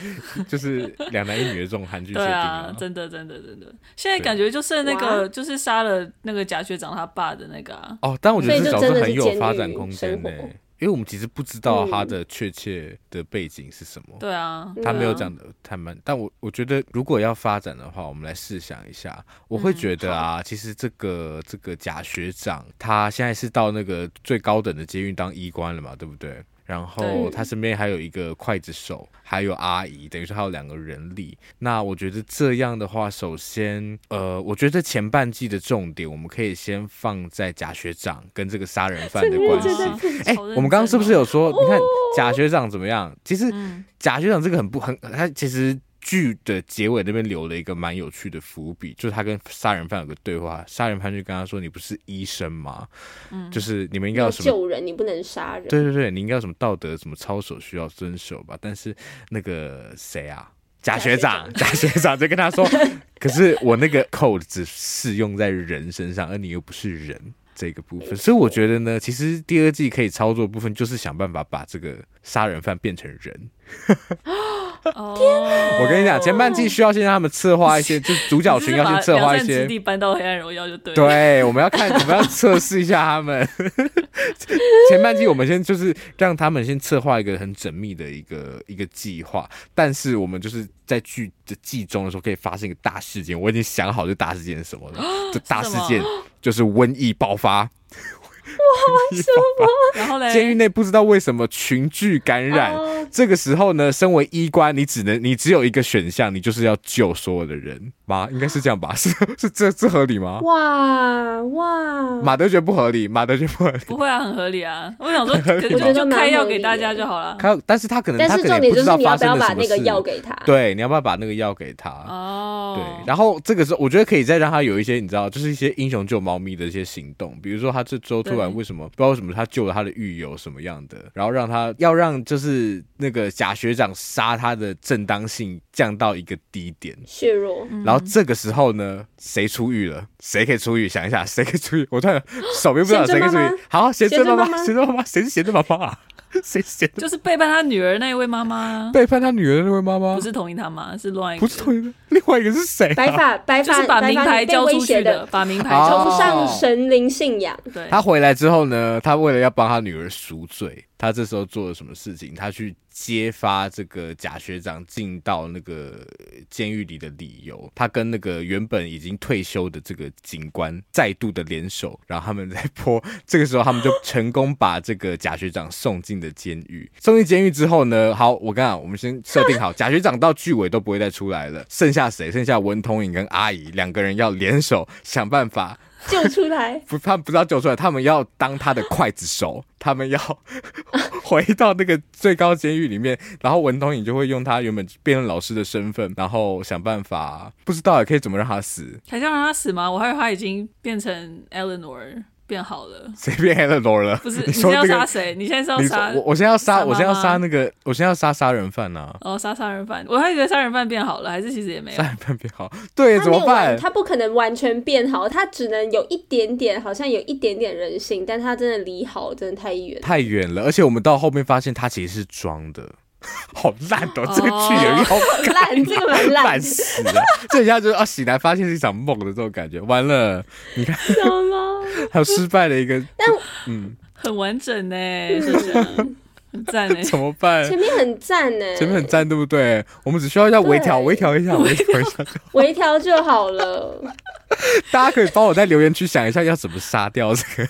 [SPEAKER 2] 就是两男一女的这种韩剧设
[SPEAKER 1] 对
[SPEAKER 2] 定
[SPEAKER 1] 啊，真的，真的，真的。现在感觉就剩那个，就是杀了那个贾学长他爸的那个啊，
[SPEAKER 2] 哦，但我觉得
[SPEAKER 3] 所以
[SPEAKER 2] 这角
[SPEAKER 3] 就真
[SPEAKER 2] 色
[SPEAKER 3] 的
[SPEAKER 2] 很
[SPEAKER 3] 是
[SPEAKER 2] 有
[SPEAKER 3] 监
[SPEAKER 2] 发
[SPEAKER 3] 狱
[SPEAKER 2] 展空间
[SPEAKER 3] 生
[SPEAKER 2] 呢、
[SPEAKER 3] 活
[SPEAKER 2] 因为我们其实不知道他
[SPEAKER 3] 嗯
[SPEAKER 2] 的确切的背景是什么，
[SPEAKER 1] 对啊，
[SPEAKER 2] 他没有
[SPEAKER 1] 对啊
[SPEAKER 2] 讲的太慢。但我我觉得，如果要发展的话，我们来试想一下，我会觉得
[SPEAKER 3] 嗯
[SPEAKER 2] 啊，其实这个这个贾学长他现在是到那个最高等的监狱当医官了嘛，对不对？然后
[SPEAKER 3] 对
[SPEAKER 2] 他身边还有一个刽子手，还有阿姨，等于说还有两个人力。那我觉得这样的话，首先，呃，我觉得前半季的重点，我们可以先放在贾学长跟这个杀人犯的
[SPEAKER 3] 这个
[SPEAKER 2] 关
[SPEAKER 3] 认真
[SPEAKER 2] 系
[SPEAKER 3] 在。
[SPEAKER 2] 哎、
[SPEAKER 1] 超认
[SPEAKER 2] 我们刚刚
[SPEAKER 1] 真
[SPEAKER 2] 是不是
[SPEAKER 1] 哦
[SPEAKER 2] 有说，你看贾学长怎么样？其实
[SPEAKER 1] 嗯
[SPEAKER 2] 贾学长这个很不很，他其实剧的结尾那边留了一个蛮有趣的伏笔，就是他跟杀人犯有个对话，杀人犯就跟他说：“你不是医生吗？
[SPEAKER 1] 嗯
[SPEAKER 2] 就是你们应该
[SPEAKER 3] 要
[SPEAKER 2] 有什么
[SPEAKER 3] 救人，你不能杀人。哦
[SPEAKER 2] 对对对，你应该有什么道德、什么操守需要遵守吧？但是那个谁啊，贾
[SPEAKER 3] 贾
[SPEAKER 2] 学
[SPEAKER 3] 学
[SPEAKER 2] 长，贾学长就跟他说， 可是我那个 code 只适用在人身上，而你又不是人这个部分，所以我觉得呢，其实第二季可以操作的部分就是想办法把这个杀人犯变成人。
[SPEAKER 1] 哦天
[SPEAKER 2] 我跟你讲，前半季需要先让他们策划一些，就是主角群要先策划一些
[SPEAKER 1] 之。地搬到黑暗荣耀就对了。
[SPEAKER 2] 对，我们要看，我们要测试一下他们。 前半季我们先就是让他们先策划一个很缜密的一个一个计划，但是我们就是在剧的季中的时候可以发生一个大事件。我已经想好这大事件是什么 了，这大事件就是瘟疫爆发。
[SPEAKER 1] 然后嘞，
[SPEAKER 2] 监狱内不知道为什么群聚感染。
[SPEAKER 3] 哎哦
[SPEAKER 2] 这个时候呢，身为医官，你只能你只有一个选项，你就是要救所有的人吧？应该是这样吧？是 是这这合理吗？
[SPEAKER 3] 哇哇！
[SPEAKER 2] 马德觉得不合理，马德觉得不合理。
[SPEAKER 1] 不会啊，很合理啊。我想说，可是
[SPEAKER 3] 我觉得
[SPEAKER 1] 就就
[SPEAKER 3] 蛮合
[SPEAKER 1] 开
[SPEAKER 3] 理
[SPEAKER 1] 药给大
[SPEAKER 3] 的
[SPEAKER 1] 家就好了。
[SPEAKER 2] 还有，但是他可能
[SPEAKER 3] 嗯但
[SPEAKER 2] 他
[SPEAKER 3] 是
[SPEAKER 2] 可能
[SPEAKER 3] 重
[SPEAKER 2] 也
[SPEAKER 3] 点
[SPEAKER 2] 不知
[SPEAKER 3] 就是
[SPEAKER 2] 道
[SPEAKER 3] 你要
[SPEAKER 2] 发
[SPEAKER 3] 不
[SPEAKER 2] 生
[SPEAKER 3] 要
[SPEAKER 2] 了
[SPEAKER 3] 把
[SPEAKER 2] 什么
[SPEAKER 3] 那
[SPEAKER 2] 事。
[SPEAKER 3] 个药给他？
[SPEAKER 2] 对，你要不要把那个药给他？
[SPEAKER 1] 哦，
[SPEAKER 2] 对，然后这个时候我觉得可以再让他有一些你知道，就是一些英雄救猫咪的一些行动，比如说他这周突然
[SPEAKER 1] 对
[SPEAKER 2] 为什么不知道为什么他救了他的狱友什么样的，然后让他要让就是那个贾学长杀他的正当性降到一个低点，
[SPEAKER 3] 削弱，
[SPEAKER 2] 然后这个时候呢，谁出狱了？谁可以出狱？想一下，谁可以出狱？我 突然手边不知道谁可以出
[SPEAKER 3] 贤贞妈
[SPEAKER 2] 狱。好，贤贞妈妈，贤
[SPEAKER 3] 贤
[SPEAKER 2] 贞妈妈，谁是贤贞妈妈啊？ 谁是贤贞？
[SPEAKER 1] 就是背叛他女儿那一位妈妈，
[SPEAKER 2] 背叛他女儿的那位妈妈？
[SPEAKER 1] 不是同一他妈，是另外一个，
[SPEAKER 2] 不是同一个，另外一个是谁、
[SPEAKER 3] 白
[SPEAKER 2] 啊？
[SPEAKER 3] 发 白
[SPEAKER 1] 就
[SPEAKER 3] 发
[SPEAKER 1] 是把
[SPEAKER 3] 白
[SPEAKER 1] 名
[SPEAKER 3] 发
[SPEAKER 1] 牌
[SPEAKER 3] 你被
[SPEAKER 1] 交
[SPEAKER 3] 威
[SPEAKER 1] 出去
[SPEAKER 3] 胁
[SPEAKER 1] 的，
[SPEAKER 3] 的，
[SPEAKER 1] 把名牌
[SPEAKER 2] 哦
[SPEAKER 1] 交
[SPEAKER 3] 崇
[SPEAKER 1] 出去。
[SPEAKER 3] 尚神灵信仰。
[SPEAKER 1] 对，
[SPEAKER 2] 他回来之后呢，他为了要帮他女儿赎罪，他这时候做了什么事情，他去揭发这个贾学长进到那个监狱里的理由。他跟那个原本已经退休的这个警官再度的联手，然后他们在播。这个时候，他们就成功把这个贾学长送进了监狱。送进监狱之后呢，好，我刚刚我们先设定好，贾学长到剧尾都不会再出来了，剩下谁？剩下文通颖跟阿姨两个人要联手想办法。
[SPEAKER 3] 救出 来
[SPEAKER 2] 不，他们不知道救出来，他们要当他的刽子手，他们要 回到那个最高监狱里面，然后文通颖就会用他原本辩论老师的身份，然后想办法，不知道也可以怎么让他死，
[SPEAKER 1] 还是要让他死吗？我还以为他已经变成 Eleanor 变好了。
[SPEAKER 2] 随便 Eleanor 了。
[SPEAKER 1] 不是，
[SPEAKER 2] 你
[SPEAKER 1] 你
[SPEAKER 2] 说
[SPEAKER 1] 现在要
[SPEAKER 2] 这
[SPEAKER 1] 杀
[SPEAKER 2] 个，
[SPEAKER 1] 谁？你现在是要
[SPEAKER 2] 你
[SPEAKER 1] 杀
[SPEAKER 2] 说我我现在要杀，
[SPEAKER 1] 杀妈妈
[SPEAKER 2] 我现在要杀那个，我现在要杀杀人犯呐、啊，
[SPEAKER 1] 哦，杀杀人犯。我还以为杀人犯变好了，还是其实也没有
[SPEAKER 2] 杀。人犯变
[SPEAKER 1] 啊
[SPEAKER 2] 好，对，
[SPEAKER 3] 他
[SPEAKER 2] 怎
[SPEAKER 3] 没
[SPEAKER 2] 么
[SPEAKER 3] 有完，
[SPEAKER 2] 办？
[SPEAKER 3] 他不可能完全变好，他只能有一点点，好像有一点点人性，但他真的离好真的 太远。
[SPEAKER 2] 太远了，而且我们到后面发现他其实是装的， 好烂哦，
[SPEAKER 1] 哦
[SPEAKER 2] 这个剧有一好 感。
[SPEAKER 3] 烂，这个 蛮烂
[SPEAKER 2] 烂
[SPEAKER 3] 的，
[SPEAKER 2] 死了！这一下就是啊，醒来发现是一场梦的这种感觉。完了，
[SPEAKER 3] 什么？
[SPEAKER 2] 还有失败的一 个，嗯，
[SPEAKER 1] 很完整呢，就是很赞呢。
[SPEAKER 2] 怎么办？
[SPEAKER 3] 前面很赞呢，
[SPEAKER 2] 前面很赞，对不对？我们只需要要微调，
[SPEAKER 3] 对
[SPEAKER 2] 微调一下，微调一下。
[SPEAKER 3] 微调就好了。
[SPEAKER 2] 大家可以帮我在留言区想一下，要怎么杀掉这 个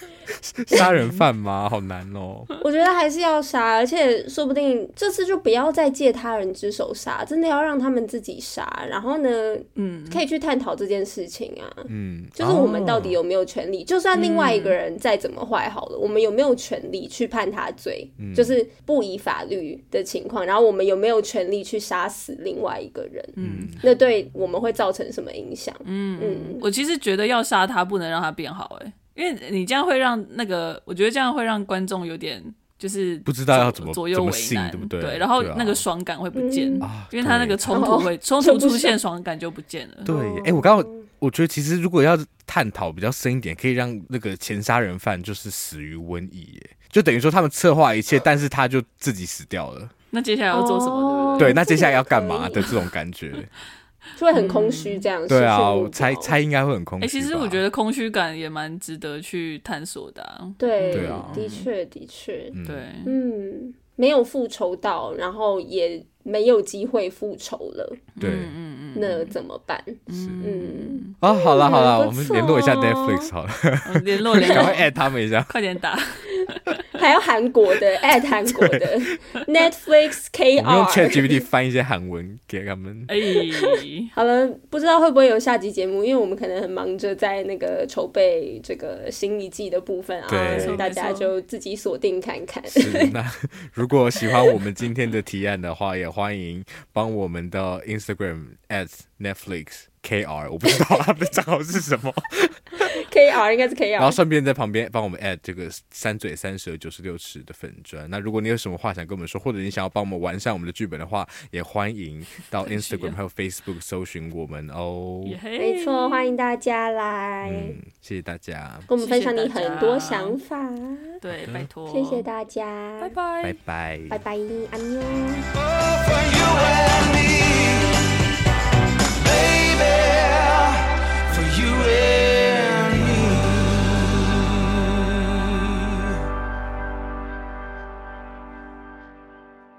[SPEAKER 2] 杀人犯吗？好难哦。
[SPEAKER 3] 我觉得还是要杀，而且说不定这次就不要再借他人之手杀，真的要让他们自己杀。然后呢，
[SPEAKER 1] 嗯，
[SPEAKER 3] 可以去探讨这件事情啊，
[SPEAKER 2] 嗯，
[SPEAKER 3] 就是我们到底有没有权
[SPEAKER 2] 哦
[SPEAKER 3] 利？就算另外一个人再怎么坏好了，
[SPEAKER 2] 嗯
[SPEAKER 3] 我们有没有权利去判他罪？就是不以法律的情况，然后我们有没有权利去杀死另外一个人？嗯，那对我们会造成什么影响？嗯嗯，
[SPEAKER 1] 我其实觉得要杀他，不能让他变好，哎，因为你这样会让那个，我觉得这样会让观众有点就是
[SPEAKER 2] 不知道要怎么
[SPEAKER 1] 左右为
[SPEAKER 2] 怎么
[SPEAKER 1] 难，
[SPEAKER 2] 信对不对
[SPEAKER 1] 对，然后
[SPEAKER 2] 对啊
[SPEAKER 1] 那个爽感会不见
[SPEAKER 3] 嗯，哦
[SPEAKER 2] 啊
[SPEAKER 1] 因为他那个冲突 会冲突出现，爽感就不见了。
[SPEAKER 2] 对，哎、我刚刚我觉得其实如果要探讨比较深一点，可以让那个前杀人犯就是死于瘟疫耶，就等于说他们策划一切，但是他就自己死掉了。
[SPEAKER 1] 那接下来要做什么？对
[SPEAKER 3] 哦
[SPEAKER 1] 不对？嗯
[SPEAKER 2] 对，那接下来要干
[SPEAKER 3] 这
[SPEAKER 2] 嘛
[SPEAKER 3] 个
[SPEAKER 2] 的这种感 觉？
[SPEAKER 3] 就会很空虚，这样
[SPEAKER 2] 对啊，
[SPEAKER 3] 失去目
[SPEAKER 2] 我猜
[SPEAKER 3] 标
[SPEAKER 2] 猜应该会很空
[SPEAKER 1] 哎、
[SPEAKER 2] 虚吧。
[SPEAKER 1] 其实我觉得空虚感也蛮值得去探索的、啊。
[SPEAKER 3] 对，
[SPEAKER 2] 对啊
[SPEAKER 3] 的确的确，
[SPEAKER 2] 嗯
[SPEAKER 1] 对，
[SPEAKER 3] 嗯，没有复仇到，然后也没有机会复仇了，
[SPEAKER 2] 对
[SPEAKER 1] 嗯嗯嗯，
[SPEAKER 3] 那怎么办？
[SPEAKER 2] 是
[SPEAKER 3] 嗯，
[SPEAKER 2] 啊，好啦好啦，
[SPEAKER 3] 不
[SPEAKER 2] 我
[SPEAKER 3] 错
[SPEAKER 2] 们联络一下
[SPEAKER 3] 哦
[SPEAKER 2] Netflix 好了，
[SPEAKER 1] 嗯联 络联
[SPEAKER 2] 赶快
[SPEAKER 1] 络，
[SPEAKER 2] 艾他们 一下。
[SPEAKER 1] 快点打。
[SPEAKER 3] 还有韩国 的 at 韩国的 Netflix
[SPEAKER 2] 我们用 Chat
[SPEAKER 3] KR。
[SPEAKER 2] GPT 翻译一些韩文给他们。
[SPEAKER 1] 哎、
[SPEAKER 3] 好了，不知道会不会有下集节目，因为我们可能很忙着在那个筹备这个新一季的部分啊，
[SPEAKER 2] 对
[SPEAKER 3] 所以大家
[SPEAKER 1] 没错
[SPEAKER 3] 就自己锁定看看。
[SPEAKER 2] 是，那如果喜欢我们今天的提案的话，也欢迎帮我们的 Instagram at Netflix KR，我不知道他们的账号是 什么，
[SPEAKER 3] KR 应该是
[SPEAKER 2] 然后
[SPEAKER 3] KR，
[SPEAKER 2] 顺便在旁边帮我们 at 这个三嘴三舌九十六尺的粉砖。那如果你有什么话想跟我们说，或者你想要帮我们完善我们的剧本的话，也欢迎到
[SPEAKER 3] 啊
[SPEAKER 2] Instagram 还有 Facebook 搜寻我们哦。
[SPEAKER 1] 也嘿
[SPEAKER 3] 没错，
[SPEAKER 1] 嗯
[SPEAKER 3] 欢迎大家来
[SPEAKER 2] 嗯，谢谢大家，
[SPEAKER 3] 跟我们分享你
[SPEAKER 1] 谢谢大家
[SPEAKER 3] 很多想法，
[SPEAKER 1] 对，拜托，
[SPEAKER 3] 谢谢大家，
[SPEAKER 1] 拜拜
[SPEAKER 2] 拜拜
[SPEAKER 3] 拜拜，安妞。
[SPEAKER 4] for you and me.